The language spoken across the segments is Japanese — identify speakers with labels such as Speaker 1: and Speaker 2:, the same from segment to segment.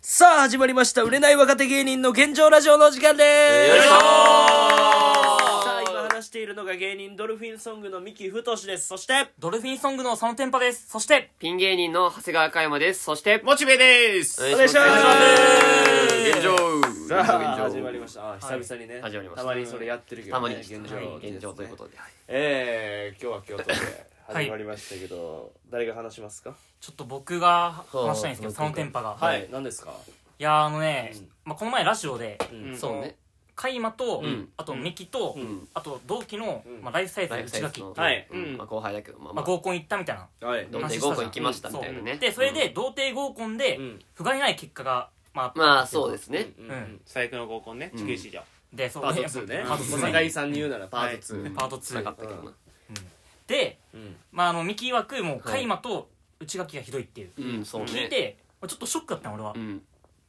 Speaker 1: さあ始まりました売れない若手芸人の現状ラジオの時間です
Speaker 2: よいしょー
Speaker 1: さあ今話しているのが芸人ドルフィンソングの三木太志ですそして
Speaker 3: ドルフィンソングのそのテンパです。そして、
Speaker 2: ピン芸人の長谷川香山です。そして、
Speaker 4: モチベです
Speaker 2: お
Speaker 1: 願いします
Speaker 4: 現状
Speaker 1: さあ
Speaker 4: 現
Speaker 1: 始
Speaker 4: 状
Speaker 1: まりましたあ久々にね、
Speaker 2: 始まりました
Speaker 1: たまにそれやってるけど、ね、
Speaker 2: たまに
Speaker 1: 現状、
Speaker 2: 現状、現状ということとで。
Speaker 1: えー、今日は京都で
Speaker 3: い
Speaker 1: 始まりましたけど、 誰が話しますか
Speaker 3: ちょっと僕が話したいんですけど、
Speaker 2: そう
Speaker 3: そのテンパが。。
Speaker 1: はいい何ですか
Speaker 3: やー、あのね
Speaker 1: うん、
Speaker 3: まあこの前ラジオで、
Speaker 1: ん
Speaker 3: そ
Speaker 2: そう
Speaker 3: の
Speaker 2: ね。
Speaker 3: カイマと
Speaker 2: ん、
Speaker 3: あとミキと
Speaker 1: ん、
Speaker 3: あと同期の
Speaker 1: うん、
Speaker 3: まあライフサイズ
Speaker 2: ライフサ
Speaker 3: 内
Speaker 2: イ
Speaker 3: 垣
Speaker 2: ズ。の、
Speaker 1: はい
Speaker 2: うんまあ後輩だけど、まあま
Speaker 3: まあ
Speaker 2: あ、
Speaker 3: 合コン行ったみたいな。
Speaker 1: はい
Speaker 2: 童貞合コン行きましたみたいなね。
Speaker 3: で、それ
Speaker 2: う
Speaker 3: で
Speaker 2: ん、
Speaker 3: 童貞合コンで
Speaker 1: うん、
Speaker 3: 不甲斐ない結果が、まあ、
Speaker 2: まあそうですね。
Speaker 1: うん
Speaker 3: うん
Speaker 4: 最悪の合コンね地球史上
Speaker 3: で、そう
Speaker 1: パート2ね
Speaker 3: パート
Speaker 1: 小
Speaker 3: 2
Speaker 1: 坂井
Speaker 3: ね。
Speaker 1: さんに言うならパート2、
Speaker 3: パート
Speaker 2: つなかっ
Speaker 3: 2。
Speaker 2: たけどな。
Speaker 3: で、
Speaker 1: うん
Speaker 3: まああの、ミキ曰く、もう
Speaker 2: はい
Speaker 3: カイマと内垣がひどいっていう。
Speaker 2: うん、そう
Speaker 3: 聞い
Speaker 2: ね。
Speaker 3: て、まあちょっとショックだったの俺は
Speaker 2: う。ん。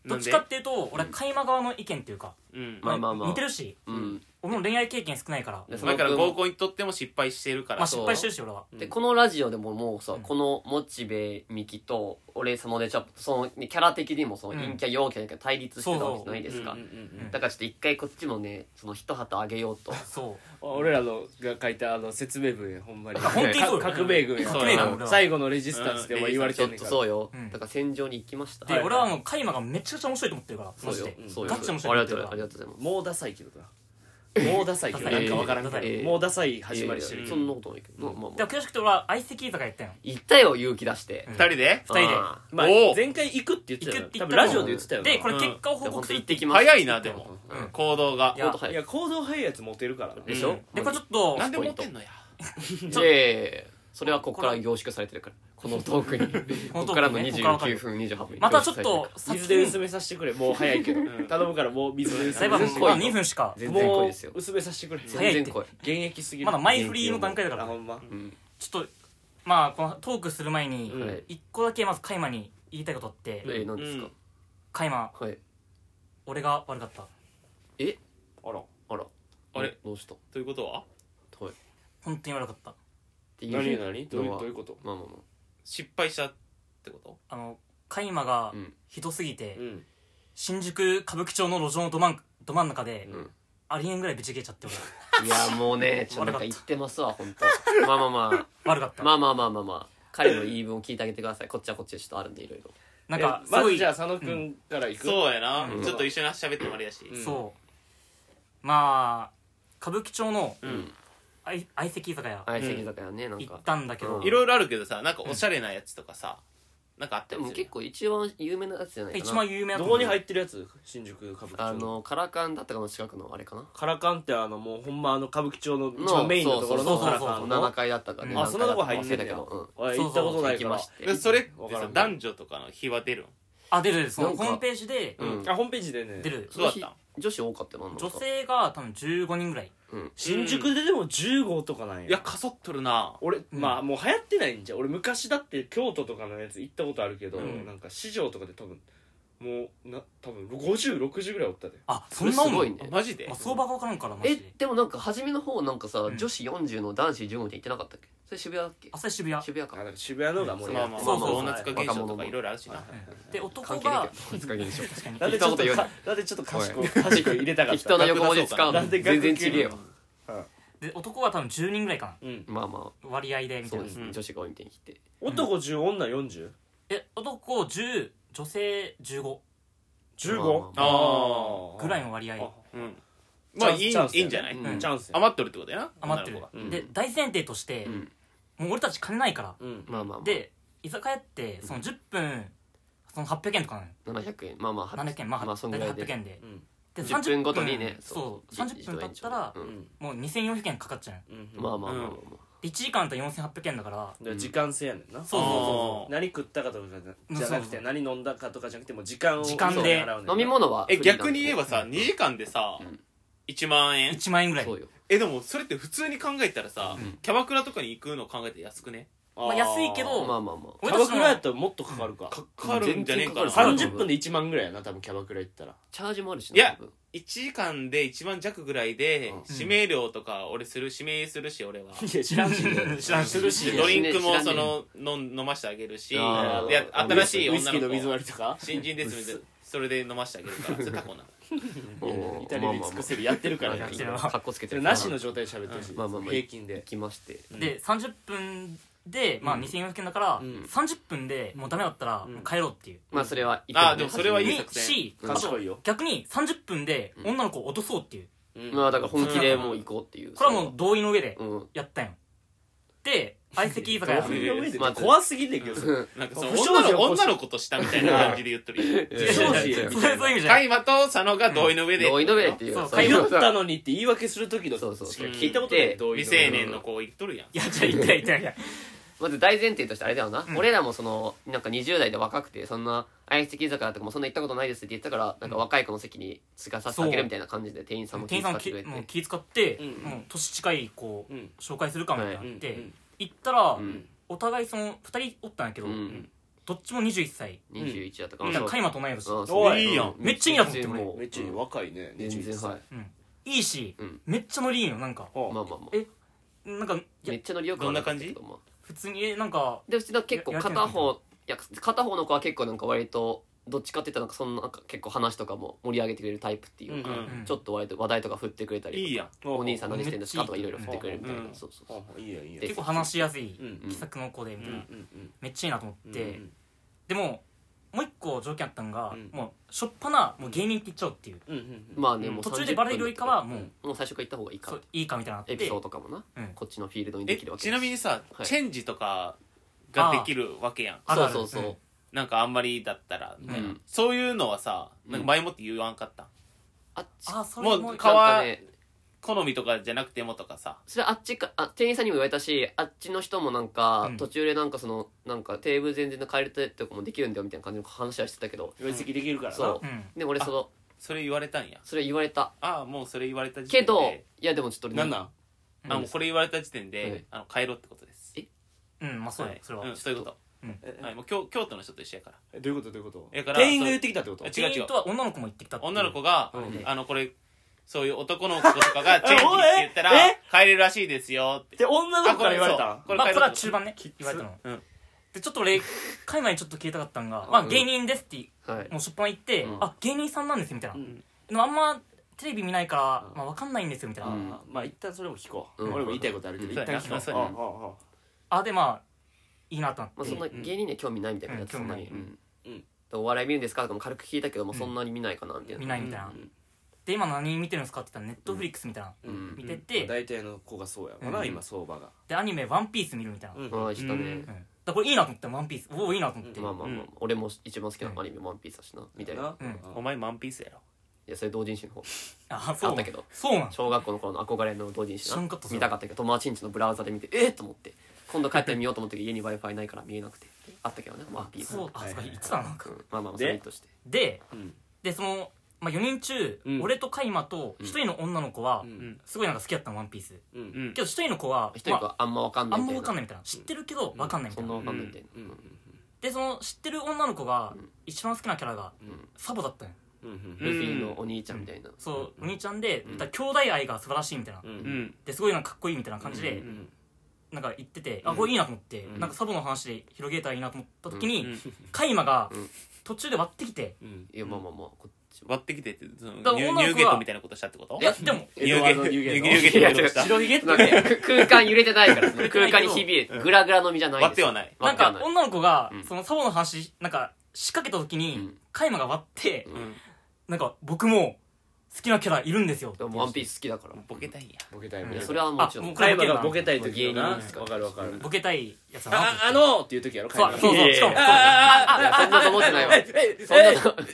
Speaker 3: どっちかっていうと、俺はカイマ側の意見っていうか、
Speaker 4: うん
Speaker 2: まあまあまあ。
Speaker 3: 似てるし、
Speaker 2: うん。
Speaker 3: 俺も恋愛経験少ないから、
Speaker 2: でその
Speaker 4: だから合コンにとっても失敗してるか
Speaker 3: まあ
Speaker 4: ら
Speaker 2: そう
Speaker 3: 失敗してるし俺は
Speaker 2: で、このラジオでももうさ、このモチベ、ミキと、俺、サノデチャップ、その、ねキャラ的にも、その、陰キャ、陽キャ、対立してたわけじゃないですか
Speaker 1: うんう。んうん
Speaker 2: だからちょっと一回こっちもね、その一旗あげようと。
Speaker 3: そ
Speaker 1: 俺らのが書いたあの説明文やほんまに
Speaker 3: 本当にそうよ
Speaker 1: か革命軍や
Speaker 4: 革命軍
Speaker 1: うん最後のレジスタンスでも言われ
Speaker 2: ち
Speaker 1: て
Speaker 2: ょ
Speaker 1: ん
Speaker 2: っ
Speaker 1: ねん
Speaker 2: と
Speaker 1: から
Speaker 2: そうよ
Speaker 3: うん。
Speaker 2: だから戦場に行きました。
Speaker 3: うで俺はもうカイマがめちゃくちゃ面白いと思ってるから
Speaker 2: そ
Speaker 3: マ
Speaker 2: う
Speaker 3: ジ
Speaker 2: よ
Speaker 3: で。
Speaker 2: そうよ。
Speaker 3: ガッチャもし
Speaker 2: あり
Speaker 3: な
Speaker 2: が
Speaker 3: い
Speaker 2: とうござ
Speaker 3: と思
Speaker 2: います。ありがとうございます。
Speaker 1: もうダサいけど なもうダサいけどなんかわからんけど、
Speaker 3: ダサ
Speaker 2: い
Speaker 1: もうダサい始まりして
Speaker 2: いやい
Speaker 1: るけ
Speaker 2: やそ
Speaker 1: ど、
Speaker 2: んなことないけど。まあまあま
Speaker 3: で
Speaker 2: あ。
Speaker 3: も悔しくて俺は相席居酒屋行ったよ
Speaker 2: 行ったよ、勇気出して。
Speaker 4: 二人で
Speaker 3: 二人で
Speaker 2: あ
Speaker 1: まあ
Speaker 4: おお
Speaker 1: 前回行くって言ってたよ
Speaker 3: 行くって
Speaker 1: 多
Speaker 3: 言っ
Speaker 1: 分
Speaker 3: たら
Speaker 1: ラジオで言ってたよな
Speaker 3: でこれ結果を報
Speaker 2: ー
Speaker 3: 告
Speaker 2: 本
Speaker 3: す
Speaker 2: 当
Speaker 3: る
Speaker 2: 行ってきます。
Speaker 4: 早いなでも
Speaker 3: うん
Speaker 4: 行動が
Speaker 3: い
Speaker 2: ほ
Speaker 3: や
Speaker 2: んと
Speaker 1: い
Speaker 2: 早
Speaker 1: や
Speaker 2: い。
Speaker 1: 行動早いやつモテるからな
Speaker 2: でしょ
Speaker 3: でこれちょっと
Speaker 4: なんで持ってんのや
Speaker 2: いやいやいやそれはここから凝縮されてるから。このトークに。ここからの29分、28分。
Speaker 3: またちょっと
Speaker 1: 水
Speaker 3: 先
Speaker 1: で
Speaker 3: に
Speaker 1: 薄めさせてくれもう早いけど、
Speaker 4: ん
Speaker 1: 頼むからもう水で薄
Speaker 3: 裁
Speaker 1: めさ
Speaker 3: 判
Speaker 1: せて
Speaker 3: も
Speaker 1: く
Speaker 3: ま
Speaker 1: れ
Speaker 3: あ2分しか
Speaker 2: 全然濃い
Speaker 1: も
Speaker 2: ですよ
Speaker 1: う。薄めさせてくれ
Speaker 3: 早い
Speaker 2: 全然濃い。
Speaker 1: 現役すぎる
Speaker 3: まだ前振りの段階だか
Speaker 1: あ
Speaker 3: ら
Speaker 1: ほんま
Speaker 2: うん。
Speaker 3: ちょっとまあこのトークする前に
Speaker 1: うん
Speaker 2: はい
Speaker 3: 一個だけまずカイマに言いたいことあっ
Speaker 2: え
Speaker 3: て
Speaker 2: ー、何ですか
Speaker 3: カイマ
Speaker 2: はい。
Speaker 3: 俺が悪かった
Speaker 2: え
Speaker 1: あら
Speaker 2: あら。
Speaker 4: あれ
Speaker 2: どうした
Speaker 4: ということは
Speaker 2: はい。っ
Speaker 3: 本当に悪かった
Speaker 2: ていう
Speaker 1: 何何どういう
Speaker 2: のは
Speaker 1: どういうこと
Speaker 2: まあまあ
Speaker 4: 失敗したってこと
Speaker 3: あのカイマが
Speaker 2: まあ。うん。
Speaker 3: ひどすぎて
Speaker 1: うん
Speaker 3: 新宿歌舞伎町の路上のど真んど真ん中で、
Speaker 2: うん
Speaker 3: ありえんぐらいぶち切れちゃって
Speaker 2: いや、もうね、ちょっとなんか言ってますわ、本当。まあまあまあ。
Speaker 3: 俺悪かった、
Speaker 2: まあまあまあまあまあ彼の言い分を聞いてあげてくださいこっちはこっちでちょっとあるんでいろいろ
Speaker 3: なんか
Speaker 1: え
Speaker 3: す
Speaker 1: ま
Speaker 3: ご
Speaker 1: ず
Speaker 3: い、
Speaker 1: じゃあ佐野くんから行く
Speaker 4: そうやな
Speaker 3: うん
Speaker 4: ちょっと一緒に喋ってもあれやし
Speaker 1: うん
Speaker 3: そうまあ歌舞伎町の
Speaker 4: うん
Speaker 3: 相相席居酒屋
Speaker 2: 相席居酒屋ねなん
Speaker 3: 行っ
Speaker 2: か
Speaker 3: たんだけど、
Speaker 2: うん
Speaker 4: いろいろあるけどさなんかおしゃれなやつとかさなんかあった
Speaker 2: で
Speaker 4: り
Speaker 2: も
Speaker 4: する
Speaker 2: 結構一番有名なやつじゃないか
Speaker 3: 一
Speaker 2: な
Speaker 3: 番有名な
Speaker 1: どこに
Speaker 3: っ
Speaker 1: 入ってるやつ新宿歌舞伎町
Speaker 2: あのカラカンだったかの近くのあれかな
Speaker 1: カラカンってあのもうほんまあの歌舞伎町の
Speaker 2: の
Speaker 1: 一番メインのところ
Speaker 2: そ
Speaker 1: の
Speaker 2: うそう
Speaker 1: カ
Speaker 2: そ
Speaker 1: ラ
Speaker 2: う
Speaker 1: カン
Speaker 2: 7
Speaker 1: の
Speaker 2: 階だったかね
Speaker 3: うん
Speaker 1: あそんなとこ入ってんね
Speaker 2: た
Speaker 1: や
Speaker 2: けど
Speaker 1: 俺行ったことない
Speaker 2: 行き
Speaker 1: か
Speaker 2: ま
Speaker 1: ら
Speaker 2: して
Speaker 4: でそれって
Speaker 1: わから
Speaker 4: さ
Speaker 1: ん
Speaker 4: 男女とかの比は出るん
Speaker 3: あ出るその
Speaker 2: なんか
Speaker 3: ホームページで
Speaker 2: うん
Speaker 1: あホームページでね
Speaker 3: 出る、
Speaker 4: そうだったん
Speaker 2: 女子多かったよななんか
Speaker 3: 女性が多分15人ぐらい
Speaker 1: 新宿ででも15とかなん
Speaker 4: いや
Speaker 1: や
Speaker 4: かそっとるな
Speaker 1: 俺まあもう流行ってないんじゃ俺昔だって京都とかのやつ行ったことあるけど
Speaker 3: うん
Speaker 1: なんか市場とかで多分もうな多分5060ぐらいおったで
Speaker 3: あそ
Speaker 2: それ
Speaker 3: ん
Speaker 2: す
Speaker 3: なもん
Speaker 2: ごいね
Speaker 4: マジで
Speaker 3: まあ、相場が分からんからマ
Speaker 2: え
Speaker 3: ジで
Speaker 2: でもなんか初めの方なんかさ
Speaker 3: ん
Speaker 2: 女子40の男子15人行ってなかったっけそれ渋谷だっけ
Speaker 3: 朝日渋谷
Speaker 2: 渋谷
Speaker 1: あ
Speaker 2: か
Speaker 1: なんか渋谷の方が盛り上
Speaker 4: ま
Speaker 1: が
Speaker 4: あ
Speaker 1: っ
Speaker 4: ま
Speaker 1: た
Speaker 4: あ
Speaker 3: そうそうそう
Speaker 4: 女塚現象とかいろいろあるしな
Speaker 3: で男
Speaker 2: 関係ない
Speaker 3: が
Speaker 2: けど使いでし ょ
Speaker 3: 確かに
Speaker 1: なんでちょっとかなんでちょっと賢い賢い入れたかっ
Speaker 2: 適
Speaker 1: た
Speaker 2: 当な横文字使う
Speaker 1: な
Speaker 2: の
Speaker 1: んで
Speaker 2: 全
Speaker 1: 学級
Speaker 2: 然ちげえわ
Speaker 3: で男は多分10人ぐらいか
Speaker 1: うん
Speaker 2: まあま
Speaker 3: な割合で
Speaker 2: あ
Speaker 3: みた
Speaker 2: そ
Speaker 3: いうな
Speaker 2: ですね女子が多いみたいに来て
Speaker 1: 男10女 40?
Speaker 3: え男10女性15
Speaker 1: 15?
Speaker 2: ま
Speaker 4: あ
Speaker 3: ぐらいの割合
Speaker 1: あ
Speaker 4: うんまあいい
Speaker 1: チャンス
Speaker 4: いいんじゃない
Speaker 2: うん
Speaker 3: うん
Speaker 1: チャンスや
Speaker 4: 余ってるってことやな
Speaker 3: 余ってる
Speaker 4: 女の子が
Speaker 1: うん
Speaker 3: で大前提として、
Speaker 2: うん
Speaker 3: もう俺たち金ないから、
Speaker 1: うん
Speaker 2: まあまあまあ
Speaker 3: で居酒屋ってその10分その800円とかなのよ
Speaker 2: 700円まあまあ
Speaker 3: 700円まあ、
Speaker 2: まあそんぐらい
Speaker 3: 800
Speaker 2: で
Speaker 3: 円で
Speaker 1: うん
Speaker 3: で
Speaker 2: 10分ごとにね
Speaker 3: そう30分経ったら、
Speaker 2: うん
Speaker 1: うん
Speaker 3: もう2400円かかっちゃうのよ
Speaker 1: うん
Speaker 2: まあまあまあまあま
Speaker 3: で1時間だったら4800円だから
Speaker 1: で時間制やねんな
Speaker 3: そうそう
Speaker 4: そ
Speaker 1: 何食ったかとかじゃ
Speaker 3: うん
Speaker 1: じゃなく
Speaker 3: そうそ
Speaker 1: て
Speaker 3: う
Speaker 1: 何飲んだかとかじゃなくてもう時間を
Speaker 3: 時間で
Speaker 1: そう払うねんな
Speaker 2: あ飲み物は
Speaker 4: え逆に言え
Speaker 2: ば
Speaker 4: ばさ2時間でさ
Speaker 2: うん
Speaker 4: 1万円
Speaker 3: 1万円ぐらい
Speaker 2: そうよ
Speaker 4: えでもそれって普通に考えたらさ
Speaker 2: うん
Speaker 4: キャバクラとかに行くの考えて安くね
Speaker 1: あー
Speaker 3: まあ、安いけど、
Speaker 2: まあまあまあ
Speaker 1: キャバクラやったらもっとかかるか
Speaker 4: かかるんじゃねえか
Speaker 2: 全
Speaker 4: な
Speaker 2: 然かかる
Speaker 1: 30分で1万ぐらいやな多分キャバクラ行ったら
Speaker 2: チャージもあるし
Speaker 4: いや
Speaker 2: 多分
Speaker 4: 1時間で1万弱ぐらいで
Speaker 2: うん
Speaker 4: 指名料とか俺する指名するし俺は
Speaker 1: い や知らんし
Speaker 3: 知らんし
Speaker 1: するし
Speaker 4: でドリンクも
Speaker 2: 知ら
Speaker 4: そ
Speaker 2: んね
Speaker 4: のの飲ましてあげるしで
Speaker 2: あー
Speaker 4: 新しい
Speaker 1: ウイスキ
Speaker 4: 女
Speaker 1: ーの水
Speaker 4: の子
Speaker 1: 割りとか
Speaker 4: 新人ですみたいなそれで飲ましてあげるからそれタコな
Speaker 1: イタリアで尽くせるやってるから
Speaker 3: まあまあま
Speaker 1: ね
Speaker 3: あやってるわ
Speaker 2: かっこつけ
Speaker 1: そ
Speaker 2: て
Speaker 1: れなしの状態で喋ってるし
Speaker 2: まあまあまあ
Speaker 1: 平均で
Speaker 2: きまして
Speaker 3: で30分で、まあ、2400円だから、
Speaker 1: うん
Speaker 3: 30分でもうダメだったら
Speaker 1: うん
Speaker 3: もう帰ろうっていう、
Speaker 2: まあそれは
Speaker 4: あーでもそれはいい
Speaker 3: に
Speaker 4: 作戦
Speaker 3: し
Speaker 2: うん
Speaker 3: あと
Speaker 1: 賢いよ
Speaker 3: 逆に30分で
Speaker 2: うん
Speaker 3: 女の子を落とそうっていう
Speaker 2: まあだから本気でもう行こうっていう
Speaker 3: これはもう同意の上で
Speaker 2: うん
Speaker 3: やったんよで相席居酒屋
Speaker 4: 同意
Speaker 2: まあ
Speaker 1: 怖すぎんねんけどそれ
Speaker 4: なんかその
Speaker 1: 不祥
Speaker 4: 女
Speaker 1: 事
Speaker 4: の
Speaker 1: を起こし
Speaker 4: 女の子としたみたいな感じで言っとる
Speaker 2: 不
Speaker 1: 不祥事
Speaker 3: それそういう意味じゃない
Speaker 4: 海馬と佐野が同意の上で
Speaker 2: 同意の上っていう
Speaker 3: そう
Speaker 2: そう
Speaker 1: 通ったのにって言い訳する時の
Speaker 2: そうそうそう
Speaker 1: 聞いたことない
Speaker 2: で
Speaker 1: 同意
Speaker 4: 未
Speaker 1: の
Speaker 4: 成年の子言っとるやん
Speaker 3: いやじゃあ言った言った言った
Speaker 2: まず大前提としてあれだよな、
Speaker 3: うん
Speaker 2: 俺らもそのなんか20代で若くてそんな相席居酒屋とかもそんな行ったことないですって言ってたからなんか若い子の席につかさせてあげるみたいな感じで店員さんも
Speaker 3: 店
Speaker 2: 気遣
Speaker 3: 員さ
Speaker 2: っ
Speaker 3: んも
Speaker 2: て
Speaker 3: き
Speaker 2: くれて
Speaker 3: もう気使って、
Speaker 1: うん
Speaker 3: もう年近い子を
Speaker 1: うん
Speaker 3: 紹介するかみたいになっ
Speaker 1: はい
Speaker 3: て、
Speaker 1: うん
Speaker 3: 行ったら、
Speaker 2: うん
Speaker 3: お互いその2人おったんやけど、
Speaker 2: うん
Speaker 3: どっちも21歳
Speaker 2: 21だったか
Speaker 1: う
Speaker 2: ら
Speaker 1: ん
Speaker 3: だ
Speaker 2: そ
Speaker 3: から
Speaker 2: う
Speaker 3: カイマと同い年、
Speaker 2: うん
Speaker 1: お
Speaker 2: そう
Speaker 1: いいいやん
Speaker 3: めっちゃいいやつ持ってくれ
Speaker 2: もう
Speaker 1: めっちゃいい若いね
Speaker 2: 全然はい
Speaker 1: い
Speaker 3: いいし、
Speaker 2: うん
Speaker 3: めっちゃノリいいよなんか
Speaker 2: まあまあまあ
Speaker 3: えなんかいや
Speaker 2: めっちゃ乗りよくはかったけどまあ
Speaker 3: 普通にえなんか
Speaker 2: で普通なんか結構
Speaker 3: ややってんの
Speaker 2: 片方いや片方の子は結構なんか割とどっちかって言ったらなんかそんななんか結構話とかも盛り上げてくれるタイプっていうか、
Speaker 1: うん
Speaker 3: うんうん
Speaker 2: ちょっと割と話題とか振ってくれたりとか
Speaker 4: いいやん
Speaker 2: お兄さん
Speaker 3: の
Speaker 2: 何してんですかとか
Speaker 3: め
Speaker 2: い
Speaker 3: っちゃ
Speaker 2: ろ
Speaker 3: い
Speaker 2: い
Speaker 3: い
Speaker 2: ろ振ってくれるみたいな、
Speaker 4: うん
Speaker 2: そうそうそう
Speaker 1: あいいやんいいやん
Speaker 2: で
Speaker 3: 結構話しやすい、
Speaker 1: うん
Speaker 3: 気さくの子でみたいな、
Speaker 1: うんうん
Speaker 3: めっちゃいいなと思って、
Speaker 1: うん
Speaker 3: でももう一個条件あったのが、
Speaker 1: うん
Speaker 3: もうしょっぱなもう芸人って言っちゃおうっていう、
Speaker 1: うんうんうん
Speaker 2: まあね、もう
Speaker 3: 途中でバレるよりかは
Speaker 2: 30
Speaker 3: もう、
Speaker 2: 分もう最初から行った方がいいか
Speaker 3: そういいかみたいになって
Speaker 2: エピソードとかもな、
Speaker 3: うん
Speaker 2: こっちのフィールドに
Speaker 4: え
Speaker 2: できるわけ
Speaker 4: ちなみにさ
Speaker 2: はい
Speaker 4: チェンジとかができるわけやん
Speaker 3: あるある
Speaker 2: そうそうそう
Speaker 4: なんかあんまりだったらみたいな
Speaker 2: うん
Speaker 4: そういうのはさなんか前もって言わんかった
Speaker 2: あっち
Speaker 3: あーそれ
Speaker 4: も
Speaker 3: も
Speaker 2: な
Speaker 4: う
Speaker 2: ん
Speaker 4: 川
Speaker 2: かね
Speaker 4: 好みとかじゃなくてもとかさ
Speaker 2: それあっちかあ店員さんにも言われたしあっちの人もなんか、
Speaker 3: うん
Speaker 2: 途中でなんかそのなんかテーブル全然変えるとかもできるんだよみたいな感じの話はしてたけど
Speaker 1: 分析できるからな
Speaker 2: そう
Speaker 3: う、ん
Speaker 2: でも俺その
Speaker 4: それ言われたんや
Speaker 2: それ言われた
Speaker 4: ああもうそれ言われた時点
Speaker 2: け
Speaker 4: で
Speaker 2: どいやでもちょっと俺
Speaker 1: なんなん
Speaker 4: あもうこれ言われた時点で、
Speaker 2: はい
Speaker 4: あの帰ろうってことです
Speaker 3: うんまあそうよ、
Speaker 4: はい
Speaker 3: それは、
Speaker 4: うん、そういうこと
Speaker 1: え
Speaker 4: はいもう京京都の人と一緒やから
Speaker 1: えどういうことどういうこと
Speaker 4: だから
Speaker 1: 店員が言ってきたってこと
Speaker 4: え違う
Speaker 3: 店員とは女の子も行ってきたっていう
Speaker 4: 女の子が、
Speaker 1: うん
Speaker 4: あのこれそういう男の子とかがチェンジって言ったら
Speaker 1: ええ
Speaker 4: 帰れるらしいですよって
Speaker 1: で女の子から言われたん
Speaker 4: これ
Speaker 3: まあ
Speaker 4: 帰
Speaker 3: こ
Speaker 4: ろ
Speaker 3: れは
Speaker 4: う
Speaker 3: 中盤ね
Speaker 1: きっつ
Speaker 3: 言われたの、
Speaker 4: うん
Speaker 3: でちょっと俺海外にちょっと消えたかったんが、まあ、芸人ですって
Speaker 2: はい
Speaker 3: もうしょっぱな行って、
Speaker 2: うん
Speaker 3: あ芸人さんなんですよみたいな、
Speaker 1: うん
Speaker 3: でもあんまテレビ見ないから、
Speaker 1: うん
Speaker 3: まあ、わかんないんですよみたいな、
Speaker 2: うん
Speaker 1: あまあ一旦それも聞こう
Speaker 2: うん
Speaker 1: 俺も言いたいことあるけど
Speaker 4: そう
Speaker 1: 一旦
Speaker 4: やな
Speaker 1: 聞こう
Speaker 4: そう
Speaker 1: あ
Speaker 4: や
Speaker 1: あ
Speaker 4: な
Speaker 1: ああ
Speaker 3: あでまあいいなと思って、
Speaker 2: まあそんな芸人には興味ないみたいなやつ、
Speaker 3: うん
Speaker 2: そんなに、う
Speaker 3: 興味
Speaker 2: ん
Speaker 1: うんうん
Speaker 2: でお笑い見るんですかとかも軽く聞いたけども、
Speaker 3: うん
Speaker 2: そんなに見ないかなみたい
Speaker 3: 見
Speaker 2: な
Speaker 3: ないみたいな、で今何見てるんですかって言ったらネットフリックスみたいな、
Speaker 1: うん
Speaker 2: うん
Speaker 3: 見てて
Speaker 1: 大体の子がそうやわな
Speaker 3: うん
Speaker 1: 今相場が
Speaker 3: でアニメ「ワンピース見るみたいな、うん
Speaker 1: うん
Speaker 2: ああした
Speaker 4: う
Speaker 2: ね
Speaker 4: ん
Speaker 3: だからこれいいなと思って「ワンピースおおいいなと思って、
Speaker 2: まあまあまあ、
Speaker 4: うん
Speaker 2: 俺も一番好きなアニメ「ワンピースだしなみたいな、い
Speaker 3: うん
Speaker 4: お前マンピースやろ
Speaker 2: やそれ同人誌の方
Speaker 3: あそう
Speaker 2: あったけど
Speaker 3: そうなん
Speaker 2: 小学校の頃の憧れの同人誌
Speaker 3: 知ら
Speaker 2: なん
Speaker 3: かったそれ
Speaker 2: 見たかったけど友達んちのブラウザで見てえっ、と思って今度帰ってみようと思ったけど家に w i f i ないから見えなくてあったけどねワンピース
Speaker 3: そうあそうか言ってたななんか
Speaker 2: うんまあまあまあそれいいとして
Speaker 3: で
Speaker 1: うん
Speaker 3: でその、まあ、4人中、
Speaker 1: うん
Speaker 3: 俺とカイマと1人の女の子は、
Speaker 1: うん
Speaker 4: うん
Speaker 3: すごいなんか好きだったの「ワンピース
Speaker 1: う
Speaker 4: うんん
Speaker 3: けど1人の子は、
Speaker 2: 一人
Speaker 3: ま
Speaker 2: があんまわかんな
Speaker 3: あ、あ
Speaker 2: い
Speaker 3: ん
Speaker 2: みたい
Speaker 3: ま分
Speaker 2: な
Speaker 3: かんないみたいな知ってるけど分かんないみ
Speaker 2: そん
Speaker 3: たいな、
Speaker 2: なわかんないみたいな、
Speaker 1: うん
Speaker 3: でその知ってる女の子が
Speaker 2: うん
Speaker 3: 一番好きなキャラが
Speaker 1: うん
Speaker 3: サボだったのよ
Speaker 1: うん
Speaker 2: ルフィのお兄ちゃんみたいな、
Speaker 3: そう、お兄ちゃんで、
Speaker 2: うん
Speaker 3: だから兄弟愛が素晴らしいみたいな、
Speaker 1: うん
Speaker 4: うん
Speaker 3: ですごいなんかかっこいいみたいな感じで、
Speaker 1: うんうん
Speaker 3: なんか言ってて、
Speaker 1: う
Speaker 3: あ
Speaker 1: ん
Speaker 3: これいいなと思って、
Speaker 1: うん
Speaker 3: なんかサボの話で広げたらいいなと思った時
Speaker 4: う
Speaker 3: に、
Speaker 4: ん
Speaker 3: カイマが
Speaker 2: うん
Speaker 3: 途中で割ってきて、
Speaker 1: うん
Speaker 2: いやまあまあまあこっちは
Speaker 4: 割ってきてってそのニ
Speaker 3: だから
Speaker 4: ュ
Speaker 3: 女の子は
Speaker 4: ニューゲートみたいなことしたってこと
Speaker 3: いやでも
Speaker 1: エドワードニューゲート
Speaker 4: ニューゲートみたいなことした
Speaker 1: 白ひげって
Speaker 2: なんかねく空間揺れてないからその空間にひび
Speaker 4: うん
Speaker 2: グラグラの実じゃないです
Speaker 4: 割ってはない
Speaker 3: な
Speaker 2: 割
Speaker 3: ん
Speaker 2: っては
Speaker 3: か
Speaker 2: ない
Speaker 3: 女の子が、
Speaker 2: うん
Speaker 3: そのサボの話なんか仕掛けた時に、
Speaker 2: うん
Speaker 3: カイマが割って、
Speaker 2: うん
Speaker 4: う
Speaker 3: なんか僕も好きなキャラいるんですよって
Speaker 2: でもワンピース好きだから
Speaker 4: んボケたいんや
Speaker 1: ボケたい
Speaker 3: うん
Speaker 2: い
Speaker 1: も
Speaker 2: やそ
Speaker 1: れ
Speaker 2: れはもちろ
Speaker 3: あも
Speaker 2: ん
Speaker 3: う
Speaker 1: カイマがボケたい時のな
Speaker 2: 芸人ですから
Speaker 1: わかるわかる
Speaker 3: ボケたいやつだな
Speaker 1: ああのーっていう時やろ
Speaker 3: そうそうそうしかもそ
Speaker 2: い
Speaker 3: う
Speaker 2: やそんなと思ってないわそんなと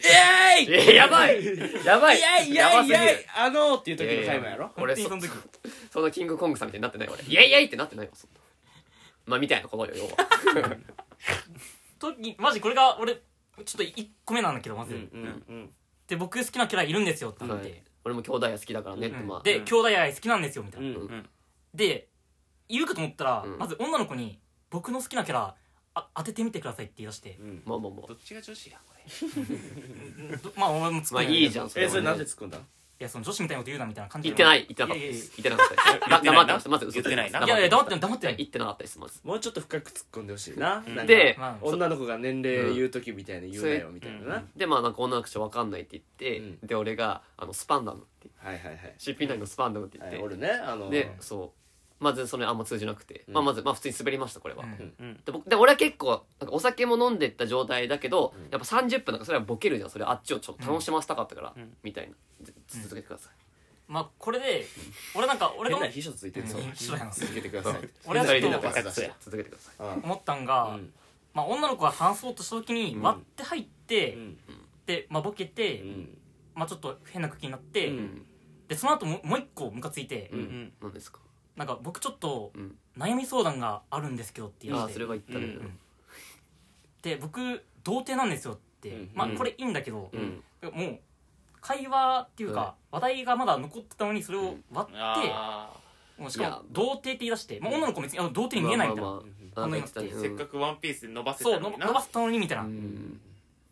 Speaker 1: えい
Speaker 2: いややばいやばい
Speaker 1: いやいやいやいあのーっていう時のカイマやろ
Speaker 2: 俺
Speaker 3: 本
Speaker 2: そ
Speaker 3: 当にその時
Speaker 2: そのキングコングさんみたいになってない俺イエイイエイってなってないわそんなまあみたいなことよ要は
Speaker 3: 時マジこれが俺ちょっと1個目なんだけどまず、
Speaker 1: うんうん
Speaker 3: で僕好きなキャラいるんですよって言っ
Speaker 2: は
Speaker 3: て、
Speaker 2: い俺も兄弟が好きだからねってまあ
Speaker 3: で、
Speaker 4: うん
Speaker 3: 兄弟愛好きなんですよみたいな、
Speaker 1: うん
Speaker 4: うん
Speaker 3: で言うかと思ったら、
Speaker 2: うん
Speaker 3: まず女の子に僕の好きなキャラあ当ててみてくださいって言い出して
Speaker 1: うん
Speaker 2: まあまあまあ
Speaker 4: どっちが女子やこれ
Speaker 3: どまあお前も突っ込
Speaker 2: まあ
Speaker 3: んで
Speaker 2: いいじゃん
Speaker 1: え
Speaker 2: はね
Speaker 1: それなんで突っ込んだ
Speaker 3: いやその女子みたいなこと言うなみたいな感じ
Speaker 2: 言ってないい言ってなかったで
Speaker 3: いやいやい
Speaker 2: す言ってなかったですだ
Speaker 4: 言ってな
Speaker 2: 黙
Speaker 4: いな
Speaker 2: ってましたまず嘘ついてま
Speaker 4: 言
Speaker 2: す
Speaker 4: ってないな
Speaker 3: やいや黙ってない
Speaker 2: ま
Speaker 3: 黙ってない
Speaker 2: 言ってなかったですまず
Speaker 1: もうちょっと深く突っ込んでほしいななんか
Speaker 2: で
Speaker 3: まあ
Speaker 1: 女の子が年齢言う時みたいに言うなよみたいなな、
Speaker 4: うんうん
Speaker 2: でまあなんか女の子ちょっとわかんないって言って、
Speaker 1: う
Speaker 2: で俺があのスパンダムって
Speaker 1: はいはいはい
Speaker 2: CP9 のスパンダムって言っ
Speaker 1: は
Speaker 2: て、
Speaker 1: い、俺ねあの
Speaker 2: でそうまずそれあんま通じなくて、
Speaker 1: うん
Speaker 2: まあ、まずまあ普通に滑りましたこれは、
Speaker 3: うん
Speaker 4: うん
Speaker 2: で僕で俺は結構なんかお酒も飲んでった状態だけど、やっぱ30分なんかそれはボケるじゃんそれあっちをちょっと楽しませたかったから、
Speaker 4: ん
Speaker 2: みたいなず続けてください、
Speaker 3: まあこれで俺なんか俺が
Speaker 1: 変
Speaker 3: 思
Speaker 1: な
Speaker 3: っ
Speaker 1: 秘書ついてるぞ
Speaker 3: うん秘書やな
Speaker 1: 続けてください
Speaker 3: 俺はちょっ
Speaker 1: 左
Speaker 3: と
Speaker 1: でバカ出し
Speaker 4: う
Speaker 1: て
Speaker 4: ん
Speaker 2: 続けてください
Speaker 1: うん
Speaker 3: 思ったんが、
Speaker 1: うん
Speaker 3: まあ、女の子が話そうとした時に
Speaker 1: うん
Speaker 3: 割って入って、
Speaker 1: うん
Speaker 3: で、まあ、ボケて、
Speaker 1: うん
Speaker 3: まあ、ちょっと変な空気になって、
Speaker 1: うん
Speaker 3: でその後ももう一個ムカついて、
Speaker 2: うん、
Speaker 4: ん
Speaker 2: 何ですか
Speaker 3: なんか僕ちょっと
Speaker 2: うん
Speaker 3: 悩み相談があるんですけどって言
Speaker 2: あ
Speaker 3: っ
Speaker 2: あ
Speaker 3: て、
Speaker 2: それは言ったね
Speaker 4: うん
Speaker 3: で僕童貞なんですよって、
Speaker 1: うん
Speaker 3: まあ
Speaker 1: うん
Speaker 3: これいいんだけど、
Speaker 2: うん
Speaker 3: もう会話っていうか、話題がまだ残ってたのにそれを割って、
Speaker 4: あ
Speaker 3: もうし
Speaker 2: い
Speaker 3: か
Speaker 2: や
Speaker 3: も童貞って言い出して、まあ、女の子別にあ童貞に見えないみたいな、
Speaker 2: まあまあまあ
Speaker 3: あ
Speaker 2: なんん
Speaker 3: な
Speaker 2: か
Speaker 3: に
Speaker 2: 言
Speaker 3: な
Speaker 2: ってた
Speaker 3: って
Speaker 2: ね
Speaker 4: ーせっかくワンピースで伸ばせ
Speaker 3: そう
Speaker 4: た
Speaker 3: の
Speaker 4: のにな
Speaker 3: 伸ばせたのにみたいな、
Speaker 2: うん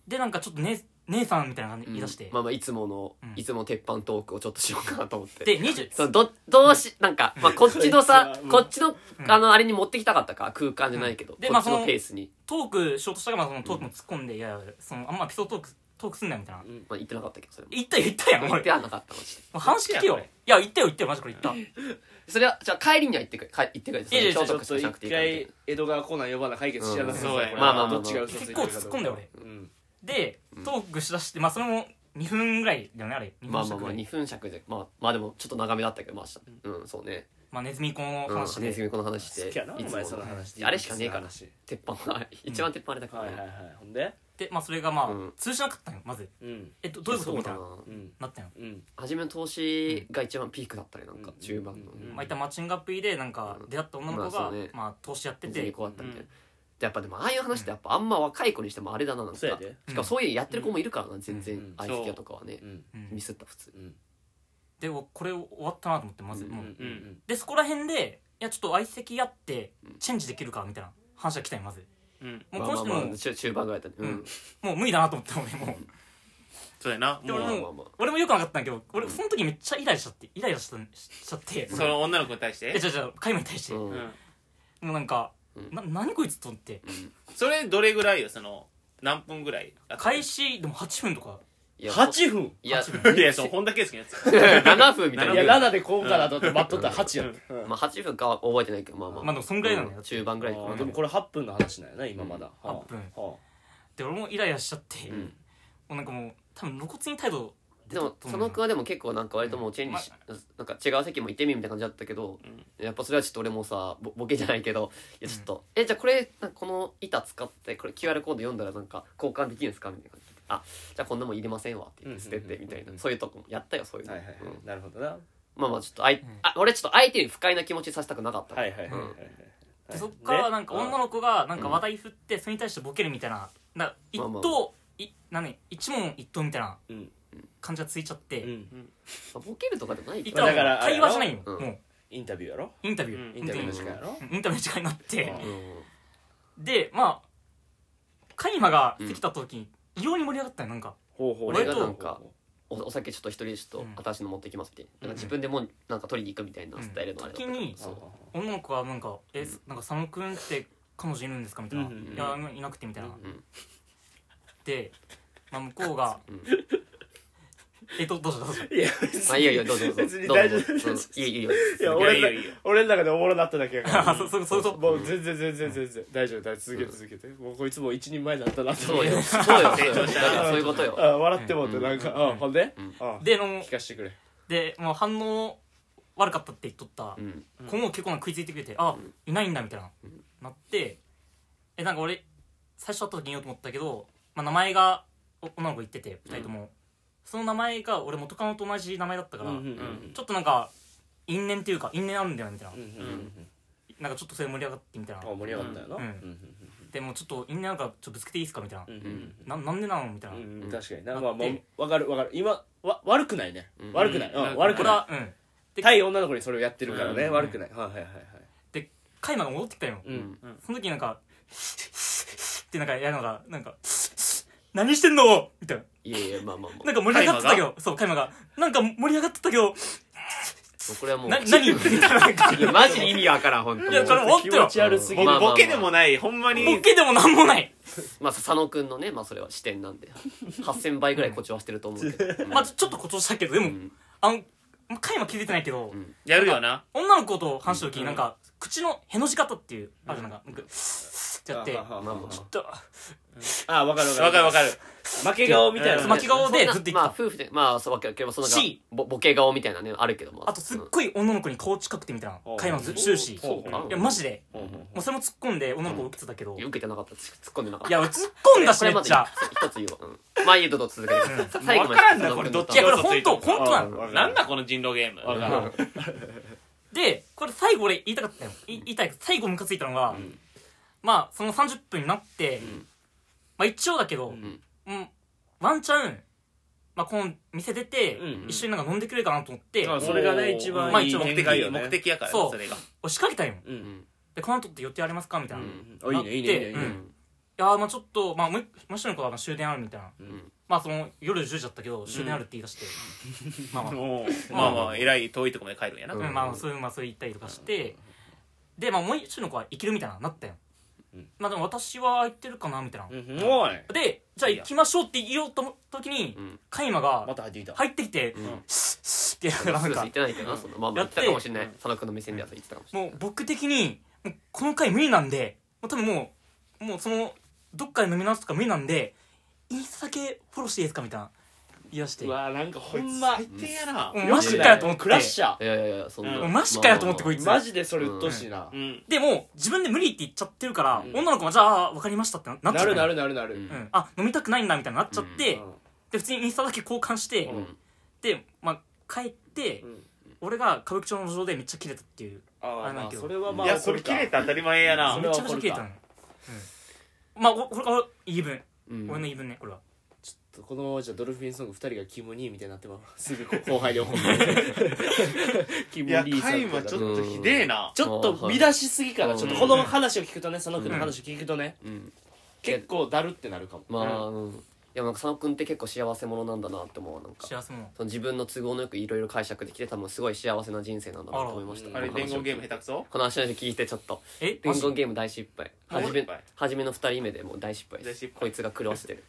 Speaker 3: でなんかちょっと、ね、姉さんみたいな感じで言い出して、
Speaker 2: まあまあいつもの、
Speaker 3: うん
Speaker 2: いつもの鉄板トークをちょっとしようかなと思って
Speaker 3: で20
Speaker 2: そのどどうしなんか、まあ、こっちのさ
Speaker 1: こいつはもう
Speaker 2: こっちの
Speaker 3: うん
Speaker 2: あのあれに持ってきたかったか空間じゃないけど、こっ
Speaker 3: で
Speaker 2: ち
Speaker 3: まあそ
Speaker 2: の
Speaker 3: の
Speaker 2: ペースに、
Speaker 3: トークしようとしたからまあそのトークも突っ込んで、いやいやそのあんまエピソードトークトークすんなよみたいな、
Speaker 2: まあ、言ってなかったけどそれも
Speaker 3: 言ったよ言ったやん
Speaker 2: 言
Speaker 3: 俺
Speaker 2: ってはなかったマジで
Speaker 3: もう話聞けよいや言ったよ言ったよマジこれ言った
Speaker 2: それはじゃあ帰りには行ってくれ帰行ってくれそ
Speaker 3: いや
Speaker 2: れ
Speaker 3: いや
Speaker 2: 超
Speaker 1: ちょ
Speaker 2: 特
Speaker 1: っ
Speaker 2: 殊
Speaker 1: と
Speaker 2: じゃなくて
Speaker 1: 一
Speaker 2: いいからみたい
Speaker 1: 回江戸川コーナー呼ばな解決しやな
Speaker 4: うんそうや
Speaker 1: まあま
Speaker 4: ま
Speaker 1: あ
Speaker 2: まあ
Speaker 1: まあど
Speaker 2: まあまあ
Speaker 1: っちが嘘ついて
Speaker 3: 結
Speaker 1: る
Speaker 3: 構
Speaker 1: か
Speaker 3: 突っ込んだよ俺
Speaker 1: うん
Speaker 3: でトークしだしてまあそれも2分ぐらいだよねあれ2
Speaker 2: なまあ
Speaker 3: 分
Speaker 2: まあま
Speaker 3: 尺ぐ
Speaker 2: あ
Speaker 3: ら
Speaker 2: 2
Speaker 3: い
Speaker 2: 分尺でまあまあでもちょっと長めだったけどまあしたうんそうね
Speaker 3: まあネズミ子の
Speaker 2: うん
Speaker 3: 話
Speaker 2: ね
Speaker 3: で
Speaker 2: ずみこの話して
Speaker 1: 好きやなお
Speaker 2: いつ
Speaker 1: 前
Speaker 2: も
Speaker 1: その話
Speaker 2: あれしかねえから
Speaker 1: はい
Speaker 2: 鉄板は一番鉄板あれだか
Speaker 1: はい
Speaker 2: ら
Speaker 1: は
Speaker 2: ね
Speaker 1: いほんで
Speaker 3: でまあそれがま
Speaker 2: うん
Speaker 3: あ通じなかったのよまず
Speaker 1: うん
Speaker 3: えどどういうこと
Speaker 2: そ
Speaker 3: み
Speaker 2: だ
Speaker 3: た
Speaker 2: な
Speaker 3: いな
Speaker 1: うん
Speaker 3: なったのよ
Speaker 1: うん
Speaker 2: 初めの投資が一番ピークだったりなんか
Speaker 1: うん
Speaker 2: 中盤の
Speaker 1: うん
Speaker 3: まあ一旦マッチングアプリでなんか出会った女の子
Speaker 2: まあ
Speaker 3: が
Speaker 2: そうね
Speaker 3: まあ投資やって
Speaker 2: 全然
Speaker 3: て
Speaker 2: こうだったみたいなでやっぱでもああいう話ってやっぱあんま若い子にしてもあれだななんか
Speaker 1: そう
Speaker 2: し
Speaker 1: や
Speaker 2: か
Speaker 1: で
Speaker 2: もそういうやってる子もいるからな
Speaker 1: う
Speaker 2: 全
Speaker 1: ん
Speaker 2: 然アイスケアとかはね
Speaker 1: うん
Speaker 3: うん
Speaker 2: ミスった普通
Speaker 1: うん
Speaker 3: でおこれ終わったなと思ってまず
Speaker 2: うん
Speaker 1: う
Speaker 3: もうん
Speaker 1: うん
Speaker 3: でそこら辺でいやちょっと相席やってチェンジできるかみたいな話が来たよまず
Speaker 4: うん
Speaker 3: もう
Speaker 2: ま
Speaker 3: こ
Speaker 2: あ
Speaker 3: の
Speaker 2: まあ
Speaker 3: 人
Speaker 2: ま
Speaker 3: も
Speaker 2: あ中中盤ぐらいだったねうん
Speaker 3: もう無理だなと思った俺もう
Speaker 4: そうやな
Speaker 3: で
Speaker 4: も
Speaker 3: 俺
Speaker 4: う
Speaker 2: まあま
Speaker 3: も
Speaker 2: あまあ
Speaker 3: 俺もよくなかったんだけど俺その時めっちゃイライラしちゃってイライラしちゃしちゃって
Speaker 4: その女の子に対して
Speaker 3: えじゃじゃ海馬に対して、
Speaker 2: うんう
Speaker 4: う
Speaker 2: ん
Speaker 4: ん
Speaker 3: もうなんか、
Speaker 2: うん
Speaker 3: な何こいつと思って
Speaker 4: それどれぐらいよその何分ぐらい
Speaker 3: 開始でも8分とか
Speaker 2: いや
Speaker 1: 8分
Speaker 2: いや
Speaker 3: 8
Speaker 4: いやそう本田圭佑のやつ
Speaker 2: 7分みたい
Speaker 1: い
Speaker 2: な
Speaker 1: や7でこうかなと思って待っとったら8やっ
Speaker 2: まあ8分かは覚えてないけどまあまあ
Speaker 3: まあでもそんぐらいなのよ、
Speaker 2: うん中盤ぐらいか
Speaker 1: あ
Speaker 2: な
Speaker 1: ーでもこれ8分の話なんやな今まだ
Speaker 3: うん8分
Speaker 1: は
Speaker 3: で俺もイライラしちゃって、
Speaker 2: ん
Speaker 3: もうなんかもう多分露骨に態度
Speaker 2: でも佐野君はでも結構なんか割ともうチェンジし、なんか違う席も行ってみるみたいな感じだったけど、やっぱそれはちょっと俺もさボボケじゃないけどいやちょっと、えじゃあこれなんかこの板使ってこれ QR コード読んだらなんか交換できるんですかみたいな感じであじゃあこんなもん入れませんわって言って捨ててみたいな、そういうとこもやったよそういう
Speaker 1: い
Speaker 2: の、
Speaker 1: はいはい
Speaker 2: うん
Speaker 1: なるほどな
Speaker 2: まあまあちょっとあい、あ俺ちょっと相手に不快な気持ちさせたくなかったから、
Speaker 1: はいはいはいはいはい
Speaker 3: でそっからなんか
Speaker 1: で
Speaker 3: 女の子がなんか話題振ってそれに対してボケるみたいなな一
Speaker 2: まあまあ
Speaker 3: 答い何一問一答みたいな
Speaker 1: うん
Speaker 3: 感じがついちゃって、
Speaker 1: うん
Speaker 2: まあボケるとかじゃないけ
Speaker 3: 言っ
Speaker 2: ど
Speaker 3: た
Speaker 1: だから
Speaker 3: らもう会話じゃないよ、
Speaker 2: うん
Speaker 3: も
Speaker 1: インタビューやろ
Speaker 3: うインタビュー、
Speaker 4: うん
Speaker 1: インタビューの
Speaker 3: 本
Speaker 1: 時間やろ
Speaker 3: 当にうんインタビューの時間になって
Speaker 1: う
Speaker 2: うん
Speaker 3: でまあカイマが来た時に異様に盛り上がったよなんか
Speaker 1: ほうほう
Speaker 3: 俺と
Speaker 2: なんかおお酒ちょっと一人でちょっ
Speaker 3: うん
Speaker 2: と私の持ってきますみたいな,、自分でもうなんか取りに行くみたいなスタイルのあれだったか
Speaker 3: 時
Speaker 2: ら
Speaker 3: に
Speaker 1: そう
Speaker 3: 女の子はなんか「えなんか佐野君って彼女いるんですか?」みたいな「
Speaker 1: うんうんうん
Speaker 3: いやいなくて」みたいな、
Speaker 2: ん
Speaker 3: で、まあ、向こうが「
Speaker 2: うん
Speaker 3: えどどうしたどうした
Speaker 1: いや別に
Speaker 2: まあいいよいいよどうぞどうぞ
Speaker 1: 別に大丈夫
Speaker 2: どうぞうんいいよいいよ
Speaker 1: いや
Speaker 4: い
Speaker 1: 俺
Speaker 4: や
Speaker 1: の
Speaker 4: いやいや
Speaker 1: 俺の中でおもろなっただけやか
Speaker 3: あ
Speaker 1: ら
Speaker 3: そそそういうこと
Speaker 1: もう全然全然全然大丈夫大丈夫続けて続けてもうこいつもう一人前だったなと
Speaker 2: そ
Speaker 1: 思っ
Speaker 2: う
Speaker 1: て
Speaker 2: よそうよそうよだからそういうことよ
Speaker 1: あ笑ってもうてなんかあほんで
Speaker 2: うん
Speaker 1: あ
Speaker 3: での
Speaker 1: 聞かしてくれ
Speaker 3: で、まあ、反応悪かったって言っとった、
Speaker 2: うん
Speaker 3: 子も結構なんか食いついてくれて「あ、いないんだ」みたいな、なってえなんか俺最初会った時に言おうと思ったけど、まあ、名前がお女の子言ってて2人とも、その名前が俺元カノと同じ名前だったから、
Speaker 1: うん
Speaker 3: ちょっとなんか因縁っていうか因縁あるんだよみたいな、
Speaker 1: うんうんうん
Speaker 3: なんかちょっとそれ盛り上がってみたいな
Speaker 1: あ盛り上がったよな
Speaker 3: うんでもうちょっと因縁なんかちょっとぶつけていいですかみたいな、
Speaker 1: うんうん
Speaker 3: ななんでなのみたいな、
Speaker 1: うん
Speaker 2: うん
Speaker 1: 確かにな
Speaker 3: あ
Speaker 1: まあも
Speaker 3: で
Speaker 1: うわかるわかる今わ悪くないね
Speaker 2: うん
Speaker 1: 悪くないうん
Speaker 4: うん
Speaker 1: 悪く
Speaker 3: これ
Speaker 1: な
Speaker 3: はうん
Speaker 1: い対女の子にそれをやってるからね
Speaker 4: うん
Speaker 1: 悪くないはいはいはいはい
Speaker 3: でカイマが戻ってきたよ、
Speaker 1: うん
Speaker 3: その時なんかってなんかやるのがなんか何してんのみたいない
Speaker 2: やいやまあまあまあ
Speaker 3: なんか盛り上がってたけどそうカイマがなんか盛り上がってたけど
Speaker 2: これはもう
Speaker 3: な何言ってんだなんか
Speaker 2: いやマジで意味わからん本当
Speaker 3: いやこれも
Speaker 1: 気持ち悪すぎ
Speaker 4: ボ
Speaker 1: る
Speaker 2: まあまあ
Speaker 4: ボケでもないほんま
Speaker 3: ボ
Speaker 4: に
Speaker 3: ケでもなんもない
Speaker 2: まあ佐野くんのねまあそれは視点なんで8000倍ぐらい誇張はしてると思うけど
Speaker 3: まあちょちょっと誇張したけどでも、
Speaker 2: ん
Speaker 3: あのカイマ気づいてないけど、
Speaker 2: ん
Speaker 4: やるよな
Speaker 3: 女の子と話した時になんか、口のへの字方っていうあるなんかなんかってやってちょ
Speaker 2: まあまあ
Speaker 3: っと
Speaker 1: あわかるわかる
Speaker 4: わかるわかる
Speaker 1: 負け顔みたいな
Speaker 3: うん巻き顔でずっと言ってた
Speaker 2: まあ夫婦でまあそうわけわけばその
Speaker 3: C
Speaker 2: ボボケ顔みたいなねあるけども
Speaker 3: あとすっ
Speaker 2: うん
Speaker 3: ごい女の子に顔近くてみたいな会話ず終始い
Speaker 4: ほうほう
Speaker 2: う
Speaker 3: やマジで
Speaker 4: ほうほう
Speaker 3: もうそれも突っ込んで女の子を受けてたけど、
Speaker 2: いや受けてなかった突っ込んでなかった
Speaker 3: いや俺突っ込んだし
Speaker 2: これ
Speaker 3: めっ
Speaker 2: まで
Speaker 3: ちゃ
Speaker 2: 一つ言おううんまあいいどうぞ続けてください最後まで
Speaker 4: わからんなこれどっ
Speaker 3: い
Speaker 4: ち
Speaker 3: や
Speaker 4: が
Speaker 3: これ本当本当なの
Speaker 4: ほうなんだこの人狼ゲーム
Speaker 1: わかる
Speaker 3: でこれ最後俺言いたかったよい言いたい最後ムカついたのが、まあその30分になって、まあ一応だけど、
Speaker 2: ん
Speaker 3: うんワンチャンまあこの店出て、
Speaker 1: うん
Speaker 3: 一緒になんか飲んでくれるかなと思って、
Speaker 1: あ
Speaker 3: 俺
Speaker 1: それがね一番
Speaker 3: まあ
Speaker 4: い
Speaker 3: 一
Speaker 4: い
Speaker 3: 応
Speaker 4: 目
Speaker 1: 目
Speaker 4: 的
Speaker 1: 的
Speaker 4: がいい
Speaker 1: よね
Speaker 4: 目的やから
Speaker 3: そう
Speaker 4: それが
Speaker 3: 仕掛けたんよ
Speaker 1: う
Speaker 2: うんん
Speaker 3: でこの後って予定ありますかみたいな、
Speaker 2: うん
Speaker 1: あいいねいいねいいねいい
Speaker 2: うん
Speaker 1: ね
Speaker 3: いやーまあちょっと、まあ、もう一もう一人の子はまあ終電あるみたいな、
Speaker 2: ん
Speaker 3: まあその夜10時だったけど終電あるって言い出して、まあまあ、
Speaker 4: おーまあまあえらい遠いとこまで帰るんやな
Speaker 2: う
Speaker 3: うんまあそういうまあそう言ったりとかして、でまあもう一人の子は行けるみたいななったよ、まあでも私は空いてるかなみたいな、
Speaker 1: うんおい
Speaker 3: でじゃあ行きましょうって言おうと思った時に
Speaker 2: うん
Speaker 3: カイマが
Speaker 1: また入ってきた
Speaker 3: 入ってきて、
Speaker 2: ん
Speaker 3: スッスッってやる
Speaker 2: ス
Speaker 3: なん
Speaker 2: ルス
Speaker 3: か
Speaker 2: 言ってないけどなそのまあまあ言
Speaker 3: やっ
Speaker 2: ってたかもしれない佐野くんの目線ではそう言ってたかもしれない
Speaker 3: もう僕的にもうこの回無理なんでもう多分もうもうそのどっかで飲み直すとか無理なんでインスタだけフォローしていいですかみたいな言い出して
Speaker 1: う
Speaker 3: も
Speaker 1: わなんかほんま
Speaker 4: 最低やな
Speaker 3: う
Speaker 1: マ
Speaker 3: マ
Speaker 1: ジ
Speaker 3: ジ
Speaker 1: か
Speaker 3: か
Speaker 1: よ
Speaker 3: よ
Speaker 1: と
Speaker 3: と
Speaker 1: 思っ
Speaker 3: 思ってて
Speaker 1: クラッシャ
Speaker 2: いやいやいやそん
Speaker 4: う
Speaker 2: な
Speaker 3: うマジかよと思ってこい
Speaker 1: ー
Speaker 3: つ
Speaker 1: マジでそれ鬱陶しいな
Speaker 4: うん
Speaker 3: でも自分で無理って言っちゃってるから、女の子もじゃあ分かりましたってななっ
Speaker 1: な
Speaker 3: ちゃった
Speaker 1: るな
Speaker 3: る、
Speaker 1: るなるなる
Speaker 2: う
Speaker 1: うんん
Speaker 3: うん、あ飲みたくないんだみたいになっちゃって、
Speaker 1: うん
Speaker 3: で普通にインスタだけ交換して、
Speaker 2: ん
Speaker 3: で、まあ、帰って、
Speaker 1: ん
Speaker 3: 俺が歌舞伎町の路上でめっちゃキレたっていう
Speaker 1: あ
Speaker 3: あ
Speaker 1: あ
Speaker 3: れな
Speaker 1: まあ
Speaker 3: んだけど
Speaker 1: それはいまあ
Speaker 4: やそれ切れた当たり前や
Speaker 1: そ
Speaker 4: な
Speaker 1: れ
Speaker 3: め
Speaker 1: は
Speaker 3: ちゃくちゃキレたの、うん、まあおこれが言い分、
Speaker 2: うん
Speaker 3: 俺の言い分ねこれは
Speaker 1: このままじゃドルフィンソング2人がキム・ニーみたいになってますすぐ後輩で思うキム・ニ
Speaker 4: いや
Speaker 1: ーさ
Speaker 4: カ
Speaker 1: ん
Speaker 4: イ
Speaker 1: と
Speaker 4: マ
Speaker 1: か
Speaker 4: ちょっとひでえな
Speaker 1: ちょっと見出しすぎか
Speaker 2: う
Speaker 1: なんちょっとこの話を聞くとね佐野君の
Speaker 3: うん
Speaker 1: 話を聞くとね
Speaker 2: うん
Speaker 1: 結構だるってなるかも
Speaker 2: まあうんいやなんか佐野くんって結構幸せ者なんだなって思うなんか
Speaker 3: 幸せも
Speaker 2: その自分の都合のよくいろいろ解釈できて多分すごい幸せな人生なんだなと思いました
Speaker 1: あ
Speaker 4: あれ
Speaker 2: この話を
Speaker 4: 伝言ゲーム下手くそ
Speaker 2: この話を聞いてちょっと
Speaker 3: え
Speaker 2: 伝言ゲーム大失敗
Speaker 4: マジ
Speaker 2: 初め
Speaker 4: 大失敗
Speaker 2: 初めの2人目でもう大失敗で
Speaker 4: 大
Speaker 2: す
Speaker 4: 失敗
Speaker 2: こいつが狂わせてる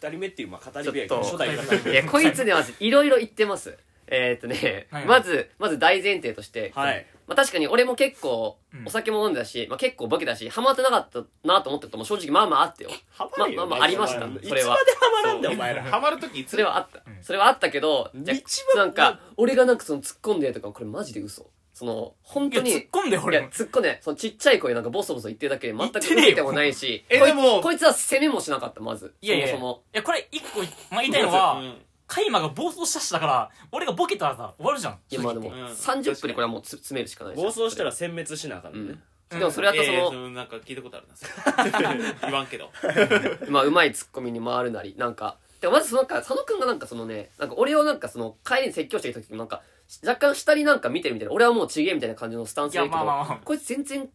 Speaker 1: 2人目っていうまあ語
Speaker 2: ちょ
Speaker 1: り
Speaker 2: っ
Speaker 1: 部屋やけど
Speaker 2: と
Speaker 1: 初代が
Speaker 2: い やこいつねまずいろいろ言ってますえーっとね
Speaker 3: はい
Speaker 2: まずまず大前提として
Speaker 1: はい
Speaker 2: まあ確かに俺も結構
Speaker 3: うん
Speaker 2: お酒も飲んでたしまあ結構ボケだしハマってなかったなと思ってるとも正直まあまああってよ
Speaker 1: ハ
Speaker 2: まあまあまあありました
Speaker 1: いつまで
Speaker 2: それは
Speaker 1: ハマらんだよお前ら
Speaker 4: ハマるときいつ
Speaker 2: それはあった
Speaker 3: ん
Speaker 2: それはあったけどじゃあ
Speaker 1: 一
Speaker 2: なんか俺がなんかその突っ込んでとかこれマジで嘘その本
Speaker 3: い
Speaker 2: 当
Speaker 3: や
Speaker 2: に
Speaker 3: 突っ込んでよ
Speaker 2: いや
Speaker 3: 俺
Speaker 2: 突っ込んでそのちっちゃい声なんかボソボソ言ってるだけで全く
Speaker 3: 言って
Speaker 2: 受
Speaker 3: ねえよ
Speaker 2: けてもないし
Speaker 4: え
Speaker 2: こい
Speaker 4: でも
Speaker 2: こいつは攻めもしなかったまず
Speaker 3: いやいやい
Speaker 2: そ
Speaker 3: や
Speaker 2: も
Speaker 3: いやこれ一個、まあ、言いたいのは、
Speaker 4: うん
Speaker 3: カイマが暴走したしだから俺がボケたらさ終わるじゃん
Speaker 2: そもいやまあでも
Speaker 4: うん
Speaker 2: 30分でこれはもうつ詰めるしかない
Speaker 1: 暴走した
Speaker 2: ら
Speaker 1: ら殲滅しなあかんのね
Speaker 2: でもそれやったら
Speaker 4: いやいや
Speaker 2: その
Speaker 4: のなんか聞いたことあるなそ れ言わんけど
Speaker 2: まあうまいツッコミに回るなりなんかでもまずそのなんか佐野くんがなんかそのねなんか俺をなんかその帰りに説教してきた時もなんか若干下になんか見てるみたいな俺はもうちげえみたいな感じのスタンス
Speaker 3: い
Speaker 2: だ
Speaker 3: や
Speaker 2: けど
Speaker 3: まあまあまあ
Speaker 2: こいつ全然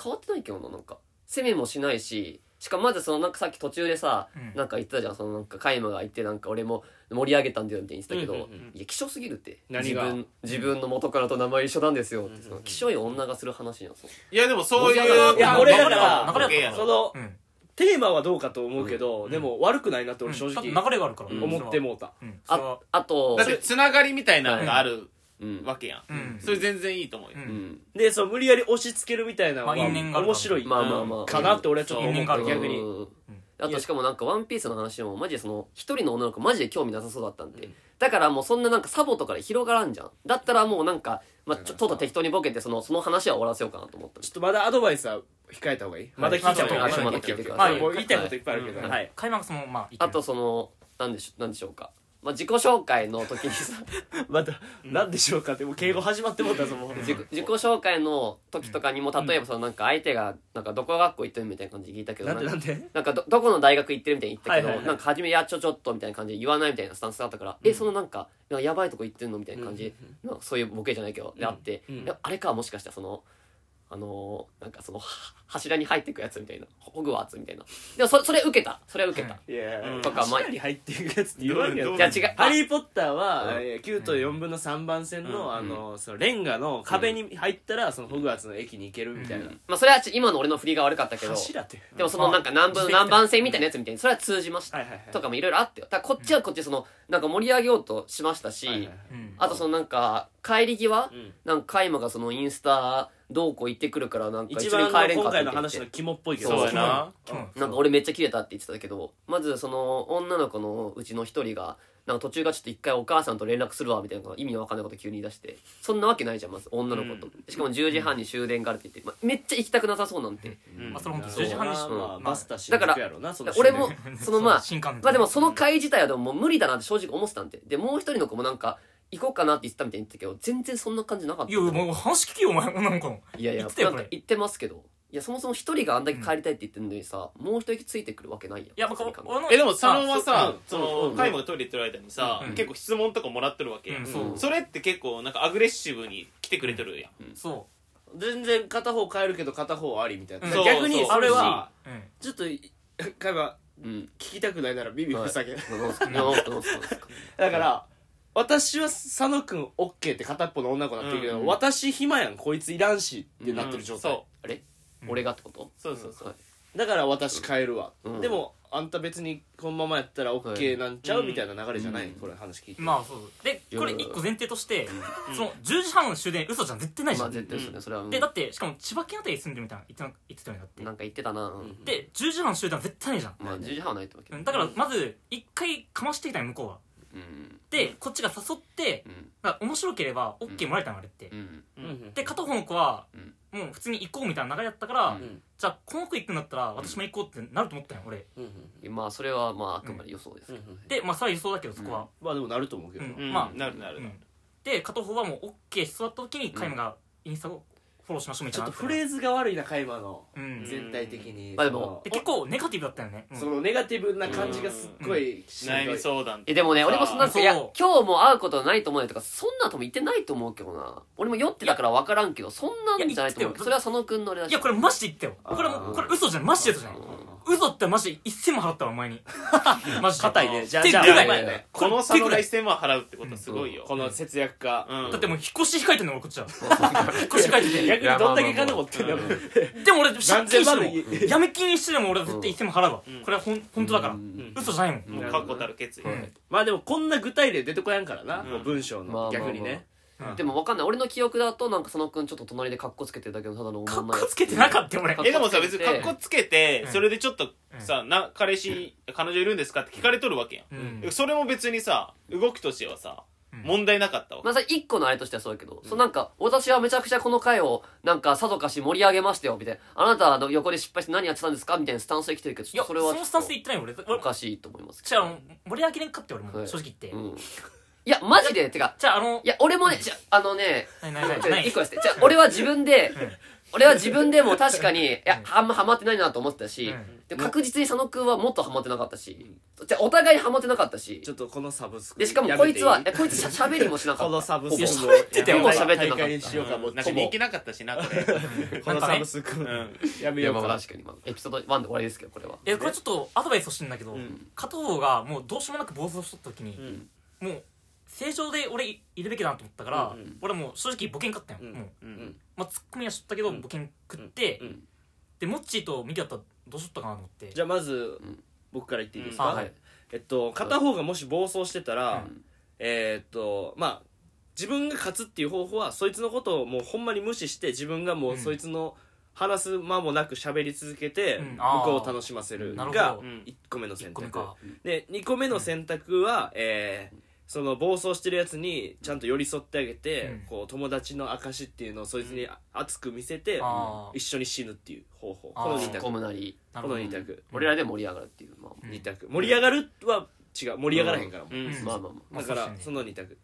Speaker 2: 変わってないけどななんか攻めもしないししかもまずそのなんかさっき途中でさ、
Speaker 3: うん
Speaker 2: なんか言ってたじゃんそのなんかカイマが言ってなんか俺も盛り上げたんだよみたいに言ってたけど、
Speaker 1: うん
Speaker 2: いや希少すぎるって
Speaker 1: 何が
Speaker 2: 自分自分の元からと名前一緒なんですよって、その希少い女がする話なんですよ
Speaker 4: いやでもそういう
Speaker 2: いや
Speaker 1: 俺だから
Speaker 4: 関係や
Speaker 1: そ
Speaker 4: ろ
Speaker 1: の
Speaker 3: うん
Speaker 1: テーマはどうかと思うけどでも悪くないなって俺正
Speaker 3: 多分
Speaker 1: 直
Speaker 3: 流れがあるから、
Speaker 1: 思ってもうた
Speaker 3: うんそれ
Speaker 2: あ
Speaker 3: は
Speaker 2: あと
Speaker 4: だってつながりみたいなのがある
Speaker 2: うん
Speaker 4: わけや
Speaker 3: うんん
Speaker 4: それ全然いいと思うよ
Speaker 3: う
Speaker 2: うんん
Speaker 1: でそう無理やり押し付けるみたいなのは
Speaker 3: まあ因縁がある
Speaker 1: 面白い
Speaker 2: まあまあまあ、
Speaker 1: かなって俺はちょっと思
Speaker 3: 因縁
Speaker 1: っ
Speaker 3: があ
Speaker 1: た
Speaker 3: る
Speaker 1: 逆に
Speaker 2: うんあとしかもなんか「ワンピースの話もマジでその一人の女の子マジで興味なさそうだったんで、だからもうそんななんかサボとかで広がらんじゃんだったらもうなんか、まあ、ちょちょっと適当にボケてそのその話は終わらせようかなと思ったん
Speaker 1: ちょ
Speaker 2: で
Speaker 1: っとまだアドバイスは控えた方がいいまだ聞いちゃった方がいい
Speaker 2: はい
Speaker 1: まだ聞いちゃった方
Speaker 3: ま
Speaker 1: が
Speaker 3: あ
Speaker 1: いい
Speaker 3: まあ
Speaker 1: もう言いたいこといっぱいあるけど
Speaker 4: は
Speaker 1: はい
Speaker 3: 開幕そのまあいいけ
Speaker 2: あ
Speaker 3: ど
Speaker 2: とそのなんでしょなんでしょうか、まあ、自己紹介の時にさ
Speaker 1: また何でしょうかってもう敬語始まってもうたぞもう
Speaker 2: 自己自己紹介の時とかにも例えばそのなんか相手がなんかどこ学校行ってるみたいな感じで聞いたけど
Speaker 1: なんで
Speaker 2: な
Speaker 1: なんん
Speaker 2: か
Speaker 1: で
Speaker 2: なんかどどこの大学行ってるみたいに言ったけど、
Speaker 1: はいはいはい
Speaker 2: なんか初め「いやちょちょっと」みたいな感じで言わないみたいなスタンスだったから「えそのなんかなんかやばいとこ行ってんの?」みたいな感じで、なんかそういうボケじゃないけどであって、
Speaker 1: うん
Speaker 2: いやあれかもしかしたらそのあのーなんかそのは柱に入ってくやつみたいなホグワーツみたいなでもそそれ受けたそれは受けた、
Speaker 3: はい
Speaker 1: や
Speaker 4: うん
Speaker 1: と
Speaker 2: と
Speaker 1: か
Speaker 2: かまあ
Speaker 1: に入っていくやつって言わんや
Speaker 4: ど
Speaker 1: ろ
Speaker 2: い
Speaker 4: う
Speaker 2: や違う
Speaker 1: ハリー・ポッターは、
Speaker 2: うん
Speaker 1: えー9と4分の3番線の,、
Speaker 4: うん
Speaker 1: あのそのレンガの壁に入ったら、そのホグワーツの駅に行けるみたいな、
Speaker 2: まあそれはち今の俺の振りが悪かったけど
Speaker 1: 柱って
Speaker 2: でもそのなんか南
Speaker 3: あ
Speaker 2: 分
Speaker 3: 自然
Speaker 2: 南蛮線みたいなやつみたいにそれは通じました
Speaker 1: はいはいはい
Speaker 2: とかもいろいろあってよだからこっちはこっちでそのなんか盛り上げようとしましたし、
Speaker 1: はいはいはい
Speaker 3: うん
Speaker 2: あとそのなんか帰り際、
Speaker 1: うん
Speaker 2: なんかカイマがそのインスタどうこう言ってくるからなんか
Speaker 1: 一
Speaker 2: 一緒に
Speaker 1: 番
Speaker 2: 帰
Speaker 1: 今
Speaker 2: れんかった
Speaker 1: 回
Speaker 2: み
Speaker 1: の
Speaker 2: たいな
Speaker 1: 話の肝っぽいけど
Speaker 4: そうやな
Speaker 2: なんか俺めっちゃキレたって言ってたけどまずその女の子のうちの一人がなんか途中がちょっと一回お母さんと連絡するわみたいな意味のわかんないこと急に言い出してそんなわけないじゃんまず女の子と、しかも10時半に終電があるって言って、まあめっちゃ行きたくなさそうなんて、
Speaker 4: うん
Speaker 3: まあそれ本当
Speaker 1: そう
Speaker 3: 10時半にし
Speaker 1: まあまあ
Speaker 3: うん
Speaker 1: バスタしに行くやろなその
Speaker 2: 俺も
Speaker 1: 終
Speaker 2: そのまあ
Speaker 3: 新幹線
Speaker 2: まあでもその会自体はでももう無理だなって正直思ってたんででもう一人の子もなんか行こうかなって言ってたみたいに言ってたけど全然そんな感じなかった
Speaker 3: いやもう話聞けよお前女の子の
Speaker 2: いやいや
Speaker 3: 言ってたよ
Speaker 2: なんか
Speaker 3: これ
Speaker 2: 言ってますけどいやそもそも一人があんだけ帰りたいって言ってるのにさ、もう一人ついてくるわけないやんい
Speaker 3: いや僕俺の
Speaker 4: えでも佐野はさ
Speaker 1: そ
Speaker 4: そう
Speaker 1: うん
Speaker 4: の介護がトイレ行ってる間にさ
Speaker 3: うん
Speaker 4: 結構質問とかもらってるわけ
Speaker 3: うん
Speaker 2: そ
Speaker 3: そうう
Speaker 4: それって結構なんかアグレッシブに来てくれてるやん
Speaker 3: そ
Speaker 1: 全然片方変えるけど片方ありみたいな、
Speaker 3: うん
Speaker 1: 逆
Speaker 4: そ
Speaker 1: に
Speaker 4: うそう
Speaker 1: それは
Speaker 3: ううん
Speaker 1: ちょっと 会話
Speaker 2: うん
Speaker 1: 聞きたくないなら耳を塞げ、
Speaker 2: なんすかなんすかなんすかなんすか
Speaker 1: だから私は佐野くん OK って片っぽの女の子になってるけど、
Speaker 4: うん
Speaker 1: 私暇やんこいついらんしってなってる状態、
Speaker 4: そ
Speaker 2: あれ、
Speaker 3: うん
Speaker 2: 俺がってこと
Speaker 4: そうそうそう
Speaker 2: はい
Speaker 1: だから私変えるわ、
Speaker 2: うん
Speaker 1: でもあんた別にこのままやったら OK なんちゃう、
Speaker 4: はい
Speaker 1: みたいな流れじゃない、
Speaker 2: うん
Speaker 1: これ話聞いて、
Speaker 3: まあそうで
Speaker 2: いや
Speaker 3: これ一個前提としてその10時半の終電嘘じゃん絶対ないじ
Speaker 2: ま
Speaker 3: ゃ
Speaker 2: あ
Speaker 3: ん
Speaker 2: 絶対ですね、それはもう
Speaker 3: でだってしかも千葉県あたりに住んでるみたいな言ってな言ってたよねだって
Speaker 2: なんか言ってたな、うん
Speaker 1: うん
Speaker 3: で10時半の終電は絶対ないじゃん
Speaker 2: まあ10時半はないと思うけ
Speaker 3: う
Speaker 2: ど
Speaker 3: んだからまず一回かましてきたよ向こうは
Speaker 2: うん
Speaker 3: でこっちが誘って
Speaker 2: うん
Speaker 3: だから面白ければ OK もらえたのあれって
Speaker 2: うん
Speaker 4: う
Speaker 1: うんうん
Speaker 3: で片方の子は
Speaker 2: うん
Speaker 3: もう普通に行こうみたいな流れだったから
Speaker 1: ん
Speaker 3: じゃあこの子行くんだったら私も行こうってなると思ったよ俺
Speaker 1: うんうん
Speaker 2: まあそれはまああくまで予想ですけ
Speaker 1: う
Speaker 2: ど、
Speaker 1: ん
Speaker 3: でまあそれは予想だけどそこは
Speaker 1: まあでもなると思うけどな、
Speaker 3: うん
Speaker 4: ま
Speaker 3: ま
Speaker 4: あ
Speaker 3: あ
Speaker 4: なるなるなる
Speaker 3: うんで片方はもう OK 座った時にカイムがインスタをフォローしましょうみ
Speaker 1: ち
Speaker 3: たい
Speaker 1: ょっ
Speaker 3: な
Speaker 1: とフレーズが悪いな会話の、
Speaker 3: うんで
Speaker 1: 全体的に、
Speaker 2: まあでも
Speaker 3: 結構ネガティブだったよねうん
Speaker 1: そのネガティブな感じがすっごいしんどい
Speaker 4: 悩み相談
Speaker 2: えでもね俺もそんな
Speaker 3: そう
Speaker 2: いや今日も会うことないと思うよとかそんなとも言ってないと思うけどな俺も酔ってたから分からんけどそんなんじゃないと思うけどそれは佐野くんの俺だし
Speaker 3: いやこれマジで言ったよこれもうこれ嘘じゃんマジで嘘じゃん嘘ってマジで1000も払ったわお 前にマジで
Speaker 1: 硬いねじゃあ
Speaker 3: 手
Speaker 1: じゃあ
Speaker 3: 手が
Speaker 1: お前ね
Speaker 4: この佐野が1000万払うってことはすごいよ
Speaker 1: この節約家、
Speaker 4: うん
Speaker 3: だってもう引っ越し控えてんの俺こっ ちは引っ越し控えてて
Speaker 1: 逆にどんだけ金持ってんだろう
Speaker 3: でも俺借
Speaker 1: 何千
Speaker 3: 金して
Speaker 1: 万
Speaker 3: も
Speaker 1: の家
Speaker 3: やめ金してでも俺は絶対1000も払うわ
Speaker 4: うん
Speaker 3: これはほん本当だから
Speaker 2: うん
Speaker 3: 嘘じゃないもん
Speaker 4: もう確固たる決意
Speaker 3: うん
Speaker 1: まあでもこんな具体例出てこやんからな、
Speaker 4: うん
Speaker 1: こう文章
Speaker 2: まあまあ
Speaker 1: の逆にね、
Speaker 3: うん
Speaker 2: でも分かんない俺の記憶だとなんか佐野くんちょっと隣でカッコつけてるだけのただのおも
Speaker 3: かっ
Speaker 2: ん
Speaker 3: こ
Speaker 2: ないや
Speaker 3: つけてなかったよ俺
Speaker 2: かっ
Speaker 4: えでもさ別に
Speaker 2: か
Speaker 4: か
Speaker 2: っ
Speaker 4: っ
Speaker 2: こ
Speaker 4: こつけて
Speaker 3: うん
Speaker 4: それでちょっとさな彼氏彼女いるんですかって聞かれとるわけやん
Speaker 3: うん
Speaker 4: それも別にさ動きとしてはさ問題なかったわ
Speaker 2: まあ、さ一個のあれとしてはそうだけど、そのなんか、私はめちゃくちゃこの回を、なんか、さぞかし盛り上げましたよ、みたいな。あなたの横で失敗して何やってたんですかみたいなスタンスで来てるけど、ち
Speaker 3: い
Speaker 2: ょっ
Speaker 3: や
Speaker 2: と
Speaker 3: そ
Speaker 2: それはちょっと
Speaker 3: のスタンスで言ってないよ俺
Speaker 2: お
Speaker 3: 俺
Speaker 2: かしいと思いますけ
Speaker 3: じゃ
Speaker 2: ど。
Speaker 3: あ盛り上げれんかって俺も
Speaker 2: はい
Speaker 3: 正直言って
Speaker 2: うん。いや、マジで、てか、
Speaker 3: じゃああの
Speaker 2: いや、俺もね、じゃあ、あのね、
Speaker 3: ないないない
Speaker 2: ちょ
Speaker 3: ない
Speaker 2: 一個ですね。じゃあ、俺は自分で
Speaker 3: ん、
Speaker 2: 俺は自分でも確かに、いや、
Speaker 3: うん
Speaker 2: あんまハマってないなと思ってたし
Speaker 3: うん、
Speaker 2: でも確実に佐野くんはもっとハマってなかったし、じゃあ、お互いハマってなかったし
Speaker 1: ちょ、っとこのサブスク
Speaker 2: で、しかも
Speaker 1: や
Speaker 2: こ
Speaker 1: め
Speaker 2: い
Speaker 1: て
Speaker 2: つは、えこいつしゃ 喋りもしなかった。
Speaker 1: このサブスク
Speaker 2: ほぼ
Speaker 3: いや喋ってたよ
Speaker 1: もう
Speaker 2: 喋ってなかった
Speaker 1: 大会にしようかもう
Speaker 4: なんか人気なかったしなこれ
Speaker 1: このサブスク
Speaker 4: うん
Speaker 1: やめ
Speaker 2: い
Speaker 1: よ
Speaker 2: や
Speaker 1: う
Speaker 2: まあ
Speaker 1: か
Speaker 2: まあ確かに、まあ、エピソード1で終わりですけどこれは
Speaker 3: えこれちょっとアドバイスをしてんだけど、
Speaker 4: うん
Speaker 3: 片方がもうどうしようもなく暴走しとった時に、
Speaker 1: ん
Speaker 3: もう正常で俺いいるべきだなと思ったから、
Speaker 1: うんうん
Speaker 3: 俺もう正直ボケんかったよ、
Speaker 1: うん
Speaker 3: もう、
Speaker 4: うん
Speaker 3: まあ、ツッコミはしとったけど、
Speaker 1: うん
Speaker 3: ボケん食って、
Speaker 1: うん
Speaker 2: うん
Speaker 3: でモッチーとミキだったらどうしとったかなと思って
Speaker 1: じゃ
Speaker 3: ゃ
Speaker 1: あまず
Speaker 2: ん
Speaker 1: 僕から言っていいですか、
Speaker 3: あ
Speaker 2: はい
Speaker 1: えっと片方がもし暴走してたら、
Speaker 2: うん
Speaker 1: えーっとまあ自分が勝つっていう方法はそいつのことをもうほんまに無視して自分がもう
Speaker 3: うん
Speaker 1: そいつの話す間もなく喋り続けて
Speaker 3: うん
Speaker 1: 向
Speaker 3: あー
Speaker 1: こうを楽しませる
Speaker 3: なるほ
Speaker 1: が
Speaker 3: ど
Speaker 4: うん
Speaker 1: 1個目の選
Speaker 3: 1個
Speaker 1: 択
Speaker 3: 目か
Speaker 1: で2個目の選択は、えーその暴走してるやつにちゃんと寄り添ってあげて、
Speaker 3: うん
Speaker 1: こう友達の証っていうのをそいつに熱く見せて、
Speaker 3: あー
Speaker 1: 一緒に死ぬっていう方法
Speaker 3: あー
Speaker 1: この
Speaker 2: 突
Speaker 1: 2
Speaker 2: っ
Speaker 1: 択
Speaker 2: 込むなり
Speaker 3: なる
Speaker 1: こ
Speaker 3: ほ
Speaker 1: の
Speaker 3: ど
Speaker 1: 2択
Speaker 2: 俺らで盛り上がるっていうまあ、
Speaker 3: うん
Speaker 1: 2択盛り上がるは違う盛り上がらへんからもう、
Speaker 4: うん
Speaker 3: うん
Speaker 2: まあまあま
Speaker 1: だか
Speaker 3: まあそう
Speaker 1: ら
Speaker 3: です
Speaker 1: そ
Speaker 3: ね
Speaker 1: の2択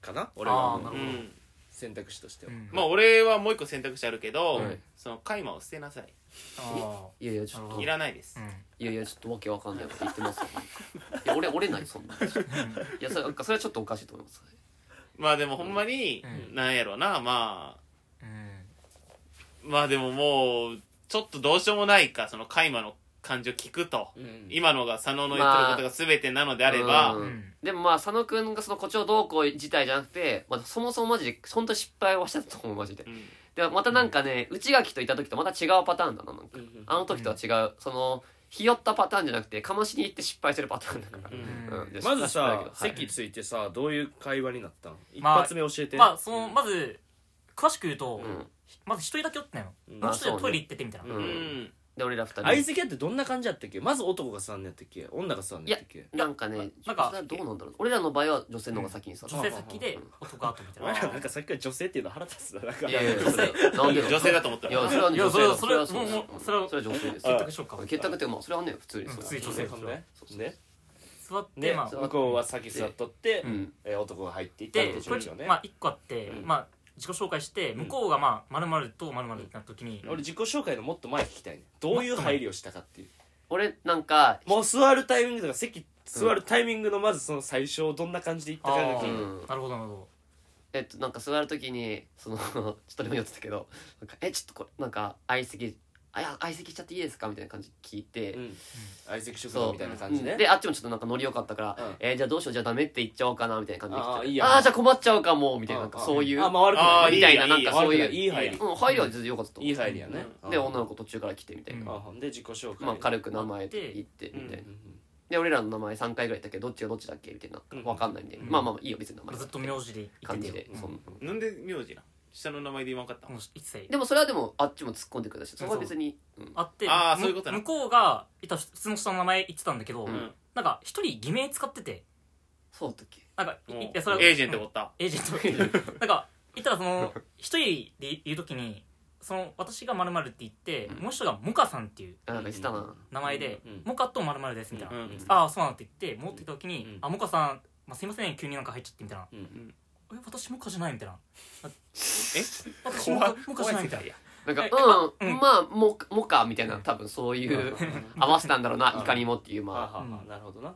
Speaker 1: かな俺は
Speaker 3: あーな
Speaker 1: も
Speaker 3: る
Speaker 1: う
Speaker 3: ほ
Speaker 4: う
Speaker 3: ど
Speaker 4: ん
Speaker 1: 選択肢としては、
Speaker 3: うん
Speaker 4: まあ俺はもう一個選択肢あるけど
Speaker 2: はい
Speaker 4: そのカイマを捨てなさい
Speaker 3: あ
Speaker 2: あいやいやちょっ
Speaker 3: なる
Speaker 2: と
Speaker 3: ほ
Speaker 2: い
Speaker 4: い
Speaker 2: や
Speaker 4: らないです
Speaker 3: ーうん
Speaker 2: いやちょっとわけわかんないこと言ってますよいや俺折れないそんないやそれなんかそれはちょっとおかしいと思います
Speaker 4: まあでもほんまに
Speaker 3: う
Speaker 4: なんやろなまあ
Speaker 3: うん
Speaker 4: まあでももうちょっとどうしようもないかそのカイマの感じを聞くと、
Speaker 1: うん
Speaker 4: 今のが佐野の言ってることが全てなのであれば、
Speaker 2: う
Speaker 3: うんん
Speaker 2: でもまあ佐野くんがその誇張動向自体じゃなくて、まあ、そもそもマジで本当に失敗はしてたと思うマジで
Speaker 4: うん
Speaker 2: でまたなんかね内垣といた時とまた違うパターンだななん
Speaker 1: う
Speaker 2: か
Speaker 1: ん
Speaker 2: あの時とは違うそのひよったパターンじゃなくてかましに行って失敗してるパターンだから、
Speaker 3: うん
Speaker 2: うんで
Speaker 1: まず
Speaker 2: 失敗だけ
Speaker 1: さ
Speaker 2: どはい
Speaker 1: 席ついてさどういう会話になったん一
Speaker 3: まあ
Speaker 1: 発目教えて
Speaker 3: まあそのまず詳しく言うと、
Speaker 2: うん
Speaker 3: まず一人だけおったよ、
Speaker 1: うん
Speaker 3: もう
Speaker 2: あ
Speaker 3: 一
Speaker 2: そう
Speaker 3: 人
Speaker 2: ね
Speaker 3: トイレ行っててみたいな、
Speaker 1: うん
Speaker 4: うん
Speaker 2: で俺ら二人
Speaker 1: 相席屋ってどんな感じやったっけまず男が座んねやったっけ女が座んねやったっけ
Speaker 2: なんかね
Speaker 3: なんか
Speaker 2: 女性どうなんだろう俺らの場合は女性の方が先にさ、
Speaker 3: 女性先で男が後みたい
Speaker 1: お前
Speaker 3: な
Speaker 1: らなんかさっきから女性っていうの腹立つななんか
Speaker 2: いやいやいや
Speaker 1: 女
Speaker 2: それ
Speaker 1: 性
Speaker 2: なんで
Speaker 4: 女性だと思った
Speaker 2: いや
Speaker 4: ら
Speaker 2: それは女性だ
Speaker 3: いやそれは
Speaker 2: そ
Speaker 3: もうもうそれは
Speaker 2: それは女性です
Speaker 3: 結託しようか
Speaker 2: 結託っていうかまあそれはね普通に
Speaker 3: うん普通に女性
Speaker 1: ほんでね
Speaker 3: 座って、
Speaker 1: で
Speaker 3: まあ
Speaker 1: その向こうは先座っとって
Speaker 2: うん
Speaker 1: えー男が入っていったっ
Speaker 3: で
Speaker 1: て
Speaker 3: こ
Speaker 1: 状
Speaker 3: れ、
Speaker 1: 況ね
Speaker 3: まあ一個あって、
Speaker 1: うん
Speaker 3: まあ自己紹介して
Speaker 1: ん
Speaker 3: 向こうがまあまるまるとまるまるなった時に、
Speaker 1: 俺自己紹介のもっと前聞きたいねどういう配慮をしたかっていう
Speaker 2: 俺なんか
Speaker 1: もう座るタイミングとか席座るタイミングのまずその最初をどんな感じで行ったかが聞
Speaker 3: う
Speaker 2: う
Speaker 1: い
Speaker 3: ん
Speaker 1: て
Speaker 2: ん
Speaker 3: なるほどなるほど
Speaker 2: えっと、なんか座るときにその ちょっとでも言ってたけど「なんかえちょっとこれなんか相席あいや相席しちゃっていいですか?」みたいな感じで聞いて、
Speaker 1: うん相席食堂みたいな感じ
Speaker 2: う
Speaker 1: ね
Speaker 2: んであっちもちょっとなんかノリ良かったから「
Speaker 1: うん
Speaker 2: えーじゃあどうしようじゃあダメって言っちゃおうかな」みたいな感じで来て
Speaker 1: あーいいや
Speaker 2: あーじゃあ困っちゃうかも」みたいななんかそういう
Speaker 1: あ、まあ悪く
Speaker 4: あ
Speaker 1: な
Speaker 4: ー
Speaker 1: い
Speaker 2: みたいな
Speaker 4: や
Speaker 2: なんかそういう
Speaker 1: いい入り
Speaker 2: うん、入りは全然良かったと思
Speaker 1: いうい入りやね
Speaker 4: う
Speaker 2: で女の子途中から来てみたいな、
Speaker 3: うん
Speaker 1: あほんで自己紹介
Speaker 2: まあ、軽く名前言って
Speaker 1: うん
Speaker 2: み
Speaker 1: うん
Speaker 2: た
Speaker 1: う
Speaker 2: いな、
Speaker 1: ん
Speaker 2: で俺らの名前3回ぐらい言ったけどどっちがどっちだっけみたいな
Speaker 1: うん
Speaker 2: 分かんないみたいな、
Speaker 3: うん
Speaker 2: まあまあまあいいよ別に名前
Speaker 3: ずっと名字で言っ
Speaker 2: 感
Speaker 3: て
Speaker 2: じ
Speaker 3: て
Speaker 2: で、
Speaker 1: うん
Speaker 2: そんな
Speaker 4: なんで名字な下の名前で言わんかった、
Speaker 3: もう一切
Speaker 2: でもそれはでもあっちも突っ込んでくれたしそこは別にうん
Speaker 3: あって
Speaker 4: あー
Speaker 3: む
Speaker 4: そういうことな
Speaker 3: 向こうがいた普通の人の名前言ってたんだけど、
Speaker 2: う
Speaker 4: うん
Speaker 3: なんか一人偽名使ってて
Speaker 2: そうだったっけ
Speaker 3: なんかい
Speaker 4: もう
Speaker 3: い
Speaker 4: エ
Speaker 3: やそれは
Speaker 4: ージェントおった、
Speaker 3: エージェント なんか言ったらその一人で言う時にその私が〇〇って言って、
Speaker 2: うん
Speaker 3: もう一人がモカさんっていう
Speaker 2: あなんか言ってたな、
Speaker 3: 名前で、
Speaker 1: うん
Speaker 3: モカと〇〇ですみたいな、
Speaker 4: うん
Speaker 3: ああそうなんって言って戻ってきた時に、
Speaker 1: うん
Speaker 3: あモカさん、まあ、すいません急になんか入っちゃってみたいな、
Speaker 1: うん
Speaker 4: ん
Speaker 3: え私モカじゃないみたいな
Speaker 4: え
Speaker 3: 私モカモカじゃないみたい
Speaker 2: な
Speaker 3: な
Speaker 2: んか
Speaker 3: え
Speaker 2: 「うん、
Speaker 3: うん
Speaker 2: まあももか」みたいな多分そういう合わせたんだろうな「いかにも」っていう
Speaker 1: はあはあ
Speaker 2: ま
Speaker 1: は
Speaker 3: う
Speaker 1: あなるほどな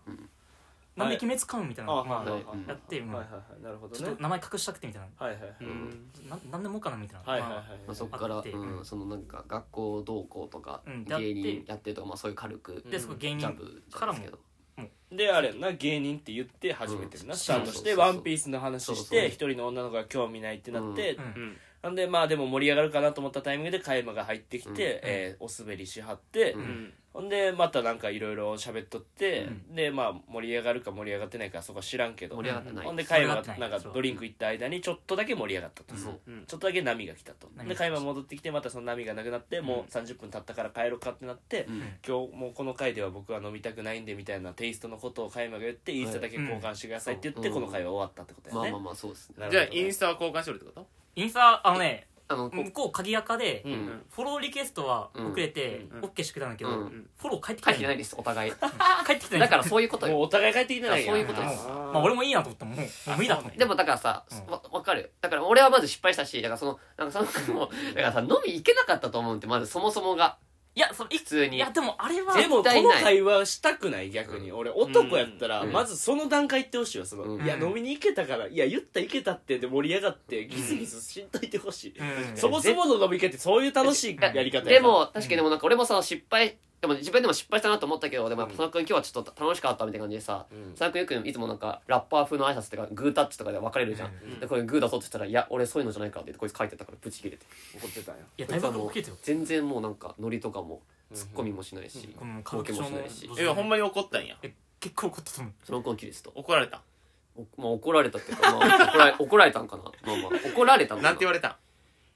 Speaker 3: なんで決めつかむみたいな、
Speaker 1: あは
Speaker 3: ま
Speaker 1: あはあ
Speaker 3: あ、
Speaker 1: はあ
Speaker 2: や
Speaker 3: ってもう
Speaker 1: はいはいはいなるほど
Speaker 3: ち
Speaker 1: ね
Speaker 3: ょっと名前隠したくてみたいな
Speaker 1: はいはいはい
Speaker 4: うん
Speaker 3: ななんでモカなみたいな、
Speaker 1: はいはい
Speaker 3: ま
Speaker 1: は
Speaker 3: あ
Speaker 1: い
Speaker 2: あ、まあ、そこから、
Speaker 3: あって
Speaker 2: うん、そのなんか学校同行とか、
Speaker 3: うん
Speaker 2: 芸人やってるとか、まあ、そういう軽く
Speaker 3: でそこ芸
Speaker 2: ジ
Speaker 3: 人
Speaker 2: ャンプじゃないですけど
Speaker 1: であれやんな芸人って言って初めてるな、
Speaker 2: うん
Speaker 1: スタートして「
Speaker 2: そうそうそう
Speaker 1: ワンピースの話
Speaker 2: そう
Speaker 1: し
Speaker 2: そう
Speaker 1: て一人の女の子が興味ないってなって、
Speaker 3: うん
Speaker 4: うん
Speaker 1: なんでまあでも盛り上がるかなと思ったタイミングで加山が入ってきて、
Speaker 2: うん
Speaker 1: えーお滑りしはって、
Speaker 2: うん
Speaker 4: うん
Speaker 1: ほんでまたなんかいろいろ喋っとって、
Speaker 3: う
Speaker 1: でまあ盛り上がるか盛り上がってないかそこは知らんけど
Speaker 2: 盛り上がってない、
Speaker 1: ほんで加山が
Speaker 3: 盛り上がって
Speaker 1: な
Speaker 3: ない
Speaker 1: んかドリンク行った間にちょっとだけ盛り上がったと、
Speaker 2: うんそう
Speaker 4: うん
Speaker 1: ちょっとだけ波が来たと
Speaker 3: 波
Speaker 1: で
Speaker 3: が来た
Speaker 1: 加山戻ってきてまたその波がなくなって、もう30分経ったから帰ろうかってなって、
Speaker 2: うん
Speaker 1: 今日もうこの回では僕は飲みたくないんでみたいなテイストのことを加山が言ってインスタだけ交換してくださいって言って
Speaker 2: うん
Speaker 1: この回は終わったってこと
Speaker 2: まあ
Speaker 1: だ
Speaker 2: ま
Speaker 1: よ
Speaker 2: あ
Speaker 1: ね
Speaker 2: まあそうですね
Speaker 1: なるほど
Speaker 4: じゃあインスタは交換しろってこと
Speaker 3: インスタあのね
Speaker 2: あのこ
Speaker 3: 向こう鍵垢で、
Speaker 1: うん
Speaker 4: ん
Speaker 3: フォローリクエストは遅れて、
Speaker 4: うん
Speaker 3: オッケーしてくれたんだけど、
Speaker 2: うん
Speaker 3: フォロー返ってき
Speaker 2: 書
Speaker 3: た
Speaker 2: いてないですお互いだ
Speaker 3: 帰ってきてない
Speaker 2: からそういうこと
Speaker 1: もう
Speaker 2: よ
Speaker 1: お互い帰ってきてないやん
Speaker 2: そういうことです
Speaker 3: あまあ俺もいいなと思ったもうもう無理だと思って
Speaker 2: でもだからさ、
Speaker 3: うん
Speaker 2: わ分かるだから俺はまず失敗したしだからそのなんかそのもだからさ飲み行けなかったと思うんってまずそもそもが
Speaker 3: いやそのい
Speaker 2: 普通に
Speaker 3: いやでもあれは
Speaker 1: でもこ
Speaker 2: 絶対
Speaker 1: の
Speaker 2: ない
Speaker 1: 会話したくない逆に俺男やったら
Speaker 2: うん
Speaker 1: まずその段階行ってほしいわその、
Speaker 2: うん
Speaker 1: いや飲みに行けたからいや言った行けたってで盛り上がってギスギスしんといてほしい、
Speaker 3: うん
Speaker 1: そもそもの飲み会ってそういう楽しいやり方やから
Speaker 2: でも確かにでもなんか俺もさ失敗でも自分でも失敗したなと思ったけどでもやっぱ佐野君今日はちょっと楽しかったみたいな感じでさ、
Speaker 1: うん
Speaker 2: 佐野君よくいつもなんかラッパー風の挨拶とかグータッチとかで分かれるじゃん、
Speaker 4: ん
Speaker 2: でこれグー出そうって言ったら「いや俺そういうのじゃないから」って言ってこいつ書いてたからブチ切れて
Speaker 1: 怒ってたんや
Speaker 3: いや
Speaker 2: こ
Speaker 3: 大
Speaker 2: いつは
Speaker 3: 学
Speaker 2: もう
Speaker 3: 受けてよ
Speaker 2: 全然もうなんかノリとかも
Speaker 1: うん
Speaker 2: ツッコミもしないし、
Speaker 3: この歌
Speaker 2: ボ
Speaker 3: 舞
Speaker 2: ケ
Speaker 3: 伎
Speaker 2: も
Speaker 3: 町
Speaker 2: しないし
Speaker 3: の
Speaker 4: えほんまに怒ったんや
Speaker 3: え結構怒ったと思う
Speaker 2: その子を切れてた
Speaker 4: 怒られた
Speaker 2: おまあ、怒られたっていうか、まあ、怒られ 怒られたんかな、まあまあ、怒られたんか
Speaker 4: なんて言われたん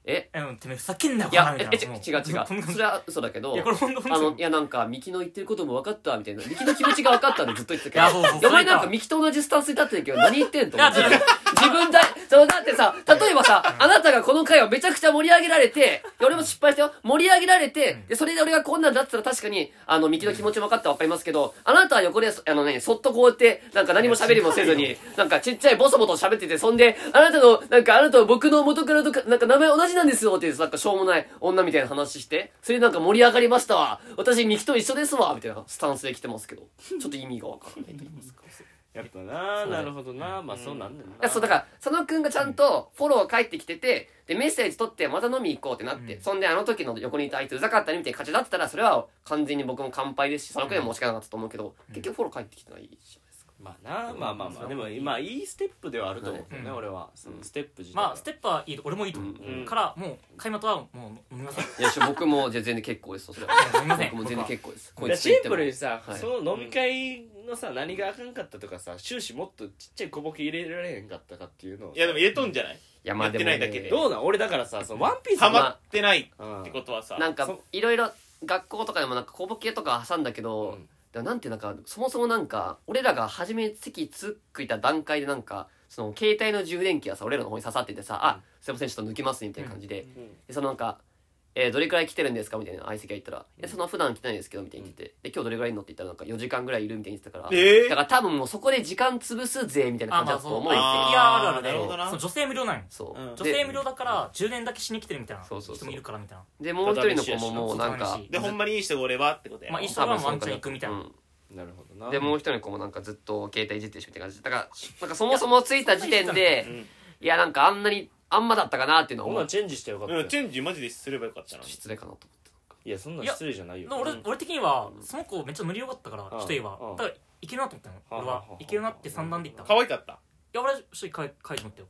Speaker 2: え
Speaker 3: えうんてめえふざけんなよ
Speaker 2: いや
Speaker 3: この
Speaker 2: え
Speaker 3: 野郎み
Speaker 2: え
Speaker 3: た
Speaker 2: ち
Speaker 3: いなも
Speaker 2: 違う違う
Speaker 3: こんな
Speaker 2: それは嘘だけど
Speaker 3: いやこれほんとほんと
Speaker 2: あのいやなんかミキの言ってることも分かったみたいなミキの気持ちが分かったってずっと言って
Speaker 3: い
Speaker 2: た
Speaker 3: や
Speaker 2: けど
Speaker 3: そう
Speaker 2: い
Speaker 3: そう
Speaker 2: やお前なん
Speaker 3: そ
Speaker 2: か
Speaker 3: う
Speaker 2: ミキと同じスタンスに立ってるけど何言ってんと思って
Speaker 3: いや違う
Speaker 2: 自分だそのだってさ例えばさあなたがこの回をめちゃくちゃ盛り上げられて俺も失敗したよ盛り上げられてでそれで俺がこんなんだってたら確かにあのミキの気持ち分かった分かりますけどあなたは横であのねそっとこうやってなんか何も喋りもせずになんかちっちゃいボソボソ喋っててそんであなたのなんかあなたは僕の元からとかなんか名前同じなんですよってなんかしょうもない女みたいな話してそれでなんか盛り上がりましたわ私ミキと一緒ですわみたいなスタンスで来てますけどちょっと意味が分からないと言いますか
Speaker 1: やっぱな
Speaker 2: そう
Speaker 1: な
Speaker 2: だよ
Speaker 1: るほどなまあそうなんねん
Speaker 2: あ
Speaker 1: な
Speaker 2: そうだから佐野くんがちゃんとフォロー返ってきててでメッセージ取ってまた飲み行こうってなって、
Speaker 3: うん
Speaker 2: そんであの時の横にいたあいつうざかったねみたいに勝ちだってたらそれは完全に僕も乾杯ですし佐野くんも仕方なかったと思うけど、結局フォロー返ってきてないじゃないですか、
Speaker 1: まあなまあまあまあでも今いいステップではあると思うけどね
Speaker 3: うん
Speaker 1: 俺はそのステップ自体
Speaker 3: ま
Speaker 1: は
Speaker 3: あステップはいいと俺もいいと思う、
Speaker 1: うん
Speaker 3: からもう開幕はもう飲みません
Speaker 2: いやし僕もじゃあ全然結構ですそれは
Speaker 3: 飲みませ ん
Speaker 2: 僕も全然結構ですこ
Speaker 1: だからシンプルに
Speaker 2: す
Speaker 1: さ、
Speaker 2: はい
Speaker 1: その飲み会のさ何があかんかったとかさ終始もっとちっちゃい小ボケ入れられへんかったかっていうのを
Speaker 4: いやでも入れとんじゃない
Speaker 2: いやまあでも、
Speaker 4: やってないだけで
Speaker 1: どうなん俺だからさそのワンピース
Speaker 4: ハ
Speaker 2: ま
Speaker 4: マってない
Speaker 1: うん
Speaker 4: ってことはさ
Speaker 2: なんか
Speaker 1: そ
Speaker 2: いろいろ学校とかでもなんか小ボケとか挟んだけど、
Speaker 1: うん
Speaker 2: でもなんていうのかそもそもなんか俺らが初め席つっくいた段階でなんかその携帯の充電器がさ俺らの方に刺さっててさ「あすいませんちょっと抜きますね」みたいな感じで,、
Speaker 1: うん
Speaker 2: でそのなんか「えーどれくらい来てるんですか?」みたいな相席が言ったら「いやその普段来てないですけど」みたいに言ってて「で今日どれくらいいんの?」って言ったらなんか4時間ぐらいいるみたいに言ってたから、
Speaker 4: ええ
Speaker 2: だから多分もうそこで時間潰すぜみたいな
Speaker 3: あ
Speaker 2: 感じ
Speaker 3: ま
Speaker 2: だ
Speaker 3: あ
Speaker 2: と
Speaker 3: そう
Speaker 2: 思
Speaker 3: ま
Speaker 2: う
Speaker 3: あ
Speaker 2: よ
Speaker 4: あ
Speaker 3: 席はあるあるで
Speaker 4: なるほどな
Speaker 3: その女性無料なんよ
Speaker 2: そう、
Speaker 4: うん
Speaker 2: で
Speaker 3: 女性無料だから充電だけしに来てるみたいな
Speaker 2: そうそうそう
Speaker 3: 人もいるからみたいな
Speaker 2: でもう一人の子ももうなんか
Speaker 4: でほんまにいい人が俺はってことや
Speaker 3: まあいい人
Speaker 2: 多分
Speaker 3: はワンチャン行くみたいな、
Speaker 2: うん
Speaker 1: なるほどな
Speaker 2: でもう一人の子もなんかずっと携帯いじってるしみたいな感じだからなんかそもそも着いた時点で
Speaker 4: うん
Speaker 2: いやなんかあんなにあんまだったかなっていうの
Speaker 1: こんな
Speaker 2: は思うん
Speaker 1: チェンジしてよかったよ、
Speaker 4: うんチェンジマジですればよかったのに
Speaker 2: 失礼かなと
Speaker 1: いやそんなん失礼じゃないよ
Speaker 3: 俺俺的にはその子めっちゃ無理よかったから
Speaker 1: うん
Speaker 3: 一重は
Speaker 1: うん
Speaker 3: だからいけるなと思ったの
Speaker 1: はあ
Speaker 3: 俺
Speaker 1: はあは
Speaker 3: は
Speaker 1: あ
Speaker 3: いけるなって三段でいった
Speaker 4: 可
Speaker 3: い
Speaker 4: 愛かった
Speaker 3: や俺は正直書いてもったよ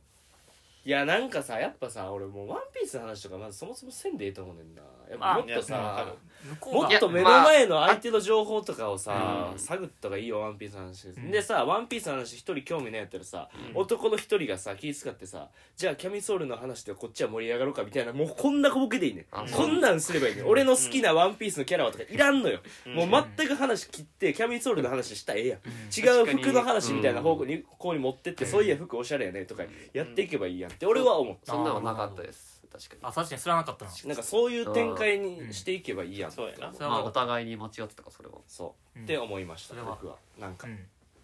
Speaker 1: いやなんかさやっぱさ俺もう「ワンピースの話とかまずそもそもせんでいいと思うねんなやっぱ
Speaker 3: あ
Speaker 1: もっと
Speaker 4: いやわか
Speaker 1: さ
Speaker 4: る
Speaker 3: 向こう
Speaker 1: も
Speaker 3: が
Speaker 1: っと目の前の相手の情報とかをさ、
Speaker 2: うん
Speaker 1: 探った方がいいよ「ワンピースの話、
Speaker 3: ん
Speaker 1: でさ「ワンピースの話一人興味ないやったらさ、男の一人がさ気遣ってさじゃあキャミソールの話でこっちは盛り上がろうかみたいなもうこんな小ボケでいいねん
Speaker 2: あ
Speaker 1: こんなんすればいいねん俺の好きな「ワンピースのキャラはとかいらんのよ、
Speaker 4: うん
Speaker 1: もう全く話切ってキャミソールの話したらええやん、違う服の話みたいな方向にここに持ってって、そういや服おしゃれやねとかやっていけばいいやんって俺は思った、
Speaker 2: そんなのなかったです確か
Speaker 3: あ確かにそれはなかったな
Speaker 1: なんかそういう展開にしていけばいいやん
Speaker 4: そうやな
Speaker 2: にまあお互いに間違ってたかそれは
Speaker 1: そう、
Speaker 3: うん
Speaker 1: って思いました
Speaker 3: それは
Speaker 1: 僕はなんか、
Speaker 3: うん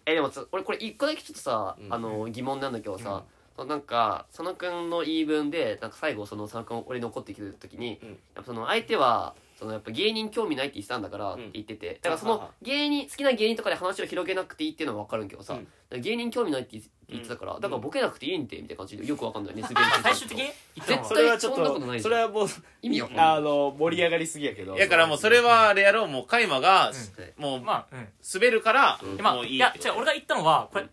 Speaker 2: えでもつ俺これ一個だけちょっとさ
Speaker 1: うん
Speaker 2: あの疑問なんだけどさそのなんか佐野くんの言い分でなんか最後その佐野くん俺に怒ってきてる時に
Speaker 1: うん
Speaker 2: やっぱその相手はそのやっぱ芸人興味ないって言ってたんだからっ
Speaker 1: うん
Speaker 2: て言っててだからそ
Speaker 1: はは
Speaker 2: の
Speaker 1: は
Speaker 2: 芸人好きな芸人とかで話を広げなくていいっていうのは分かるけどさ
Speaker 1: うん
Speaker 2: だから芸人興味ないって言ってたからだからボケなくていいんでみたいな感じでよく分かんないね滑り
Speaker 3: あ
Speaker 2: 聞いてる
Speaker 3: 最終
Speaker 2: と
Speaker 3: 的に言ったのは
Speaker 1: それはちょっ
Speaker 2: そんな
Speaker 1: と
Speaker 2: ことないじゃん
Speaker 1: それはもう
Speaker 2: 意味わかんない
Speaker 1: あの盛り上がりすぎやけど
Speaker 4: だからもうそれはあれやろうもうカイマが
Speaker 2: うん
Speaker 4: もう
Speaker 3: まあうん
Speaker 4: 滑るから
Speaker 2: うん
Speaker 3: ま
Speaker 4: も
Speaker 3: あ
Speaker 4: うい
Speaker 3: い
Speaker 4: い
Speaker 3: や
Speaker 4: って
Speaker 3: 違う俺が言ったのはこれ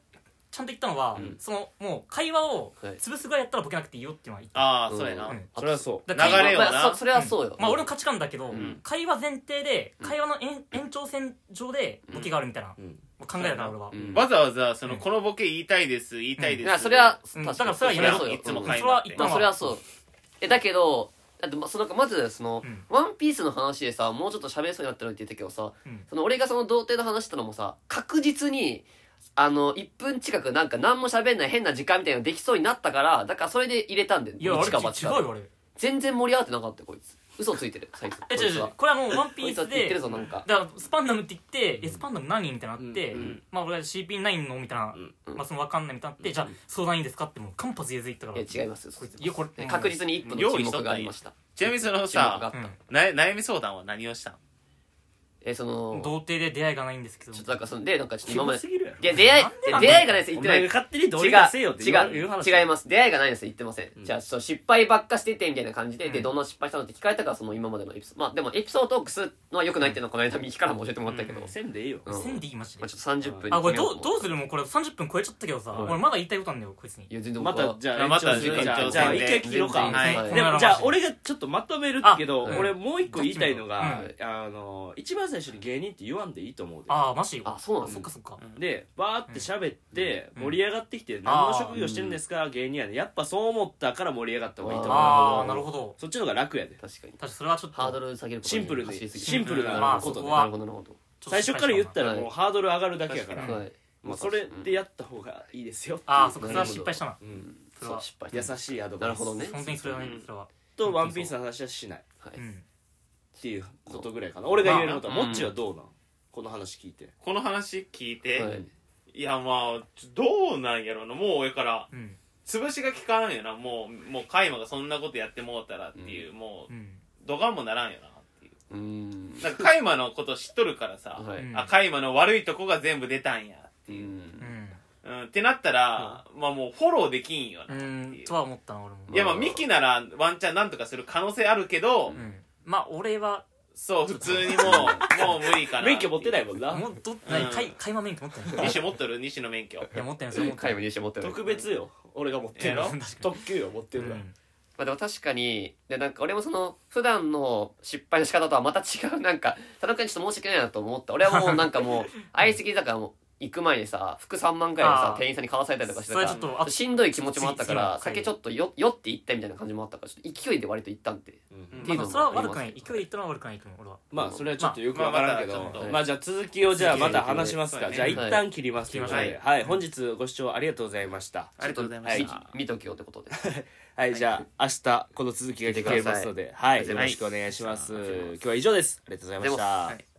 Speaker 3: ちゃんと言ったのは
Speaker 2: ん
Speaker 3: そのもう会話を
Speaker 2: はい
Speaker 3: 潰すぐらいやったらボケなくていいよっていうのは言った
Speaker 4: ああそうや
Speaker 2: あ
Speaker 4: な
Speaker 3: うん
Speaker 1: それはそう
Speaker 3: だ
Speaker 4: 流れを
Speaker 2: ま
Speaker 4: な
Speaker 2: あまあそそれはそうよ
Speaker 3: まあ俺の価値観だけど
Speaker 2: ん
Speaker 3: 会話前提で会話の延延長線上でボケがあるみたいな
Speaker 1: うん
Speaker 3: 考えだから俺は
Speaker 2: うん
Speaker 4: わざわざその
Speaker 3: うん
Speaker 4: このボケ言いたいです言いたいで
Speaker 2: いや
Speaker 4: す
Speaker 2: それは
Speaker 3: うん
Speaker 2: 確
Speaker 3: だからそれは
Speaker 4: それ
Speaker 3: いらん
Speaker 2: そうよ
Speaker 4: はいつも
Speaker 2: うん
Speaker 4: カイ
Speaker 3: それ
Speaker 4: マ
Speaker 3: は
Speaker 4: っ
Speaker 3: 言
Speaker 4: て
Speaker 3: った
Speaker 2: まあ
Speaker 3: の
Speaker 2: それはそうえだけどだってまそのまずその、
Speaker 3: うん
Speaker 2: ワンピースの話でさもうちょっと喋れそうになったのって言ったけどさ、
Speaker 3: うん
Speaker 2: その俺がその童貞の話したのもさ確実にあの1分近くなんか何も喋んない変な時間みたいなのできそうになったからだからそれで入れたんだよ
Speaker 3: いやあれ
Speaker 2: 一
Speaker 3: 違
Speaker 2: か
Speaker 3: う
Speaker 2: 八か
Speaker 3: よあれ
Speaker 2: 全然盛り上がってなかったよこいつ嘘ついてる最初
Speaker 3: え
Speaker 2: こ
Speaker 3: 違う
Speaker 2: いつ
Speaker 3: 違う
Speaker 2: は
Speaker 3: これはもう「ワンピ
Speaker 2: こい
Speaker 3: ー
Speaker 2: つは
Speaker 3: ス
Speaker 2: って言って
Speaker 3: で
Speaker 2: るぞなんか
Speaker 3: だからスパンダムって言って「えスパンダム何?」みたいなのあって、
Speaker 1: うん
Speaker 4: うん
Speaker 3: まあ俺は CP ないのみたいな、
Speaker 2: うん
Speaker 3: まあその分かんないみたいなのあって、じゃあ相談いいですかってもう間髪入れず言ったから
Speaker 2: いや違いますよ
Speaker 3: こいついやこれ
Speaker 2: 確実に1分の沈黙がありました
Speaker 4: ちなみにその
Speaker 2: 沈黙があっ
Speaker 4: さ
Speaker 2: た、
Speaker 3: うん
Speaker 4: な悩み相談は何をしたん
Speaker 2: えその
Speaker 3: 童貞で出会いがないんですけど
Speaker 2: ちょっとなんかそのでなんかちょっと今まで
Speaker 1: キモすぎるやろ
Speaker 2: いや出会い
Speaker 3: なんで
Speaker 2: い
Speaker 3: な
Speaker 2: や
Speaker 3: んだ
Speaker 2: 出会いがないです
Speaker 1: お
Speaker 2: 言ってな
Speaker 1: 前
Speaker 2: い
Speaker 1: が勝手にど
Speaker 2: 違
Speaker 1: う
Speaker 2: う
Speaker 1: にかせよって
Speaker 2: 違
Speaker 1: 言わ言う
Speaker 2: う
Speaker 1: 話
Speaker 2: 違います出会いがないです言ってません、
Speaker 1: ん
Speaker 2: じゃあそう失敗ばっかしててみたいな感じで、
Speaker 3: う
Speaker 2: で
Speaker 3: ん
Speaker 2: どんな失敗したのって聞かれたからその今までのエピソードまあでもエピソードトークするのはよくないっていうのはこの間右からも教えてもらったけど、
Speaker 3: うん
Speaker 1: せんでいいよ
Speaker 2: うん
Speaker 3: せんでいいマジで
Speaker 2: まあ、ちょっと30分に
Speaker 3: あこれ
Speaker 2: 決めよ
Speaker 3: どう
Speaker 2: と思
Speaker 3: どうするもうこれ30分超えちゃったけどさ、
Speaker 2: はい
Speaker 3: 俺まだ言いたいことあんだよこいつに
Speaker 2: いや全然
Speaker 1: またじゃあ
Speaker 4: また
Speaker 1: 延長戦
Speaker 4: じゃあ
Speaker 1: じゃあ一回切ろうか
Speaker 4: 全然
Speaker 3: はい
Speaker 1: でもじゃあ俺がちょっとまとめるけど
Speaker 2: あうん
Speaker 1: 俺もう一個言いたいのが
Speaker 3: うん
Speaker 1: あの一番最初に芸人って言わんでいいと思うで
Speaker 3: ああマジ
Speaker 2: あそうなん
Speaker 3: そっかそっか、
Speaker 4: うん
Speaker 1: でバーって喋って
Speaker 3: うん
Speaker 1: 盛り上がってきて何の職業してるんですか芸人やねやっぱそう思ったから盛り上がった方がいいと思う
Speaker 3: ああなるほど
Speaker 1: そっちの方が楽やで
Speaker 2: 確かに
Speaker 3: 確かにそれはちょっと
Speaker 2: ハードル下げること
Speaker 1: シ
Speaker 2: に
Speaker 1: ンプル
Speaker 2: 走
Speaker 1: で
Speaker 2: りすぎ
Speaker 1: シンプル
Speaker 3: うんま
Speaker 1: な
Speaker 3: あ
Speaker 1: こと
Speaker 3: そ
Speaker 1: で
Speaker 3: こは
Speaker 2: なるほどなるほど
Speaker 3: ちょと
Speaker 1: 最初から言ったら
Speaker 2: は
Speaker 1: もう
Speaker 2: い
Speaker 1: ハードル上がるだけやから
Speaker 3: 確かに
Speaker 2: はい
Speaker 1: もうそれで
Speaker 2: や
Speaker 1: やった方がいいですよっていう
Speaker 3: ああそっかそれは失敗したな
Speaker 1: うん
Speaker 3: それは
Speaker 2: 失敗
Speaker 1: 優
Speaker 2: し
Speaker 1: しいアド
Speaker 2: な
Speaker 1: バ
Speaker 2: る
Speaker 1: イス
Speaker 2: ほどね
Speaker 3: 本当にそれはね
Speaker 4: うん
Speaker 3: それは
Speaker 1: とワンピースの話はしない
Speaker 2: たはい、
Speaker 3: うん
Speaker 1: っていうことぐらいかな俺が言えることは
Speaker 2: まあ
Speaker 1: もっちはどうなんこの話聞いて
Speaker 4: この話聞いて、
Speaker 2: はいい、
Speaker 4: やまあどうなんやろうなもう俺から
Speaker 3: うん
Speaker 4: 潰しが効かんよなもうもうカイマがそんなことやってもうたらっていう、も
Speaker 3: う
Speaker 4: うんどがんもならんよなっていう
Speaker 2: うーん
Speaker 4: なんかカイマのこと知っとるからさ、
Speaker 2: はい
Speaker 3: うん
Speaker 4: あカイマの悪いとこが全部出たんや
Speaker 2: うーん
Speaker 3: うん
Speaker 4: うん、ってなったら、まあもうフォローできんよ
Speaker 3: う
Speaker 4: な。
Speaker 3: んとは思ったな俺も
Speaker 4: いやまあミキならワンチャンなんとかする可能性あるけど、
Speaker 3: うんまあ俺は
Speaker 4: そう、普通にもう、もう無理かな。
Speaker 1: 免許持ってないい もんな
Speaker 3: もうどない
Speaker 4: うん
Speaker 3: 買い買いま免許持ってない
Speaker 4: 西持っとる西の免許。
Speaker 3: いや持ってないそれ持って
Speaker 2: 海
Speaker 3: ない
Speaker 2: も入試持ってる
Speaker 1: 特別よ俺が持ってるの
Speaker 4: やろ
Speaker 1: 特急よ持って
Speaker 3: う
Speaker 1: る
Speaker 3: ん
Speaker 1: の
Speaker 2: まあ、でも確かにでなんか俺もその普段の失敗の仕方とはまた違うなんか田中君ちょっと申し訳ないなと思った俺はもうなんかもう相席居酒屋も行く前にさ服3万回らい
Speaker 3: あ
Speaker 2: さ
Speaker 3: ー
Speaker 2: 店員さんに買わされたりとかして
Speaker 3: そ
Speaker 2: た
Speaker 3: れちょ
Speaker 2: か
Speaker 3: っとあ
Speaker 2: らしんどい気持ちもあったから
Speaker 3: 次
Speaker 2: 酒ちょっとよ酔って行ったみたいな感じもあったからちょっと勢いで割と行ったんで
Speaker 1: うん
Speaker 3: まあでもそれは悪くな
Speaker 2: っ
Speaker 3: い
Speaker 2: ていうのもありますね
Speaker 3: 勢いでいったのは悪くないと思う俺は
Speaker 1: まあそれはちょっとよくわからんけど
Speaker 4: まあまあま
Speaker 1: ま
Speaker 2: ちょっ
Speaker 4: あ
Speaker 1: あ
Speaker 2: と
Speaker 1: まあじゃあ続きをじゃあまた話しますか
Speaker 4: 続き
Speaker 1: じゃあ一旦切ります
Speaker 3: はい
Speaker 1: ということではい本日ご視聴ありがとうございました
Speaker 4: ありがとうございました
Speaker 2: ちょっと見見ときよってことで
Speaker 1: はいじゃあ明日この続きが聞けますのではいよろしくお願いします今日は以上ですありがとうございまし
Speaker 2: ありがとうござ
Speaker 1: た
Speaker 2: い
Speaker 4: ます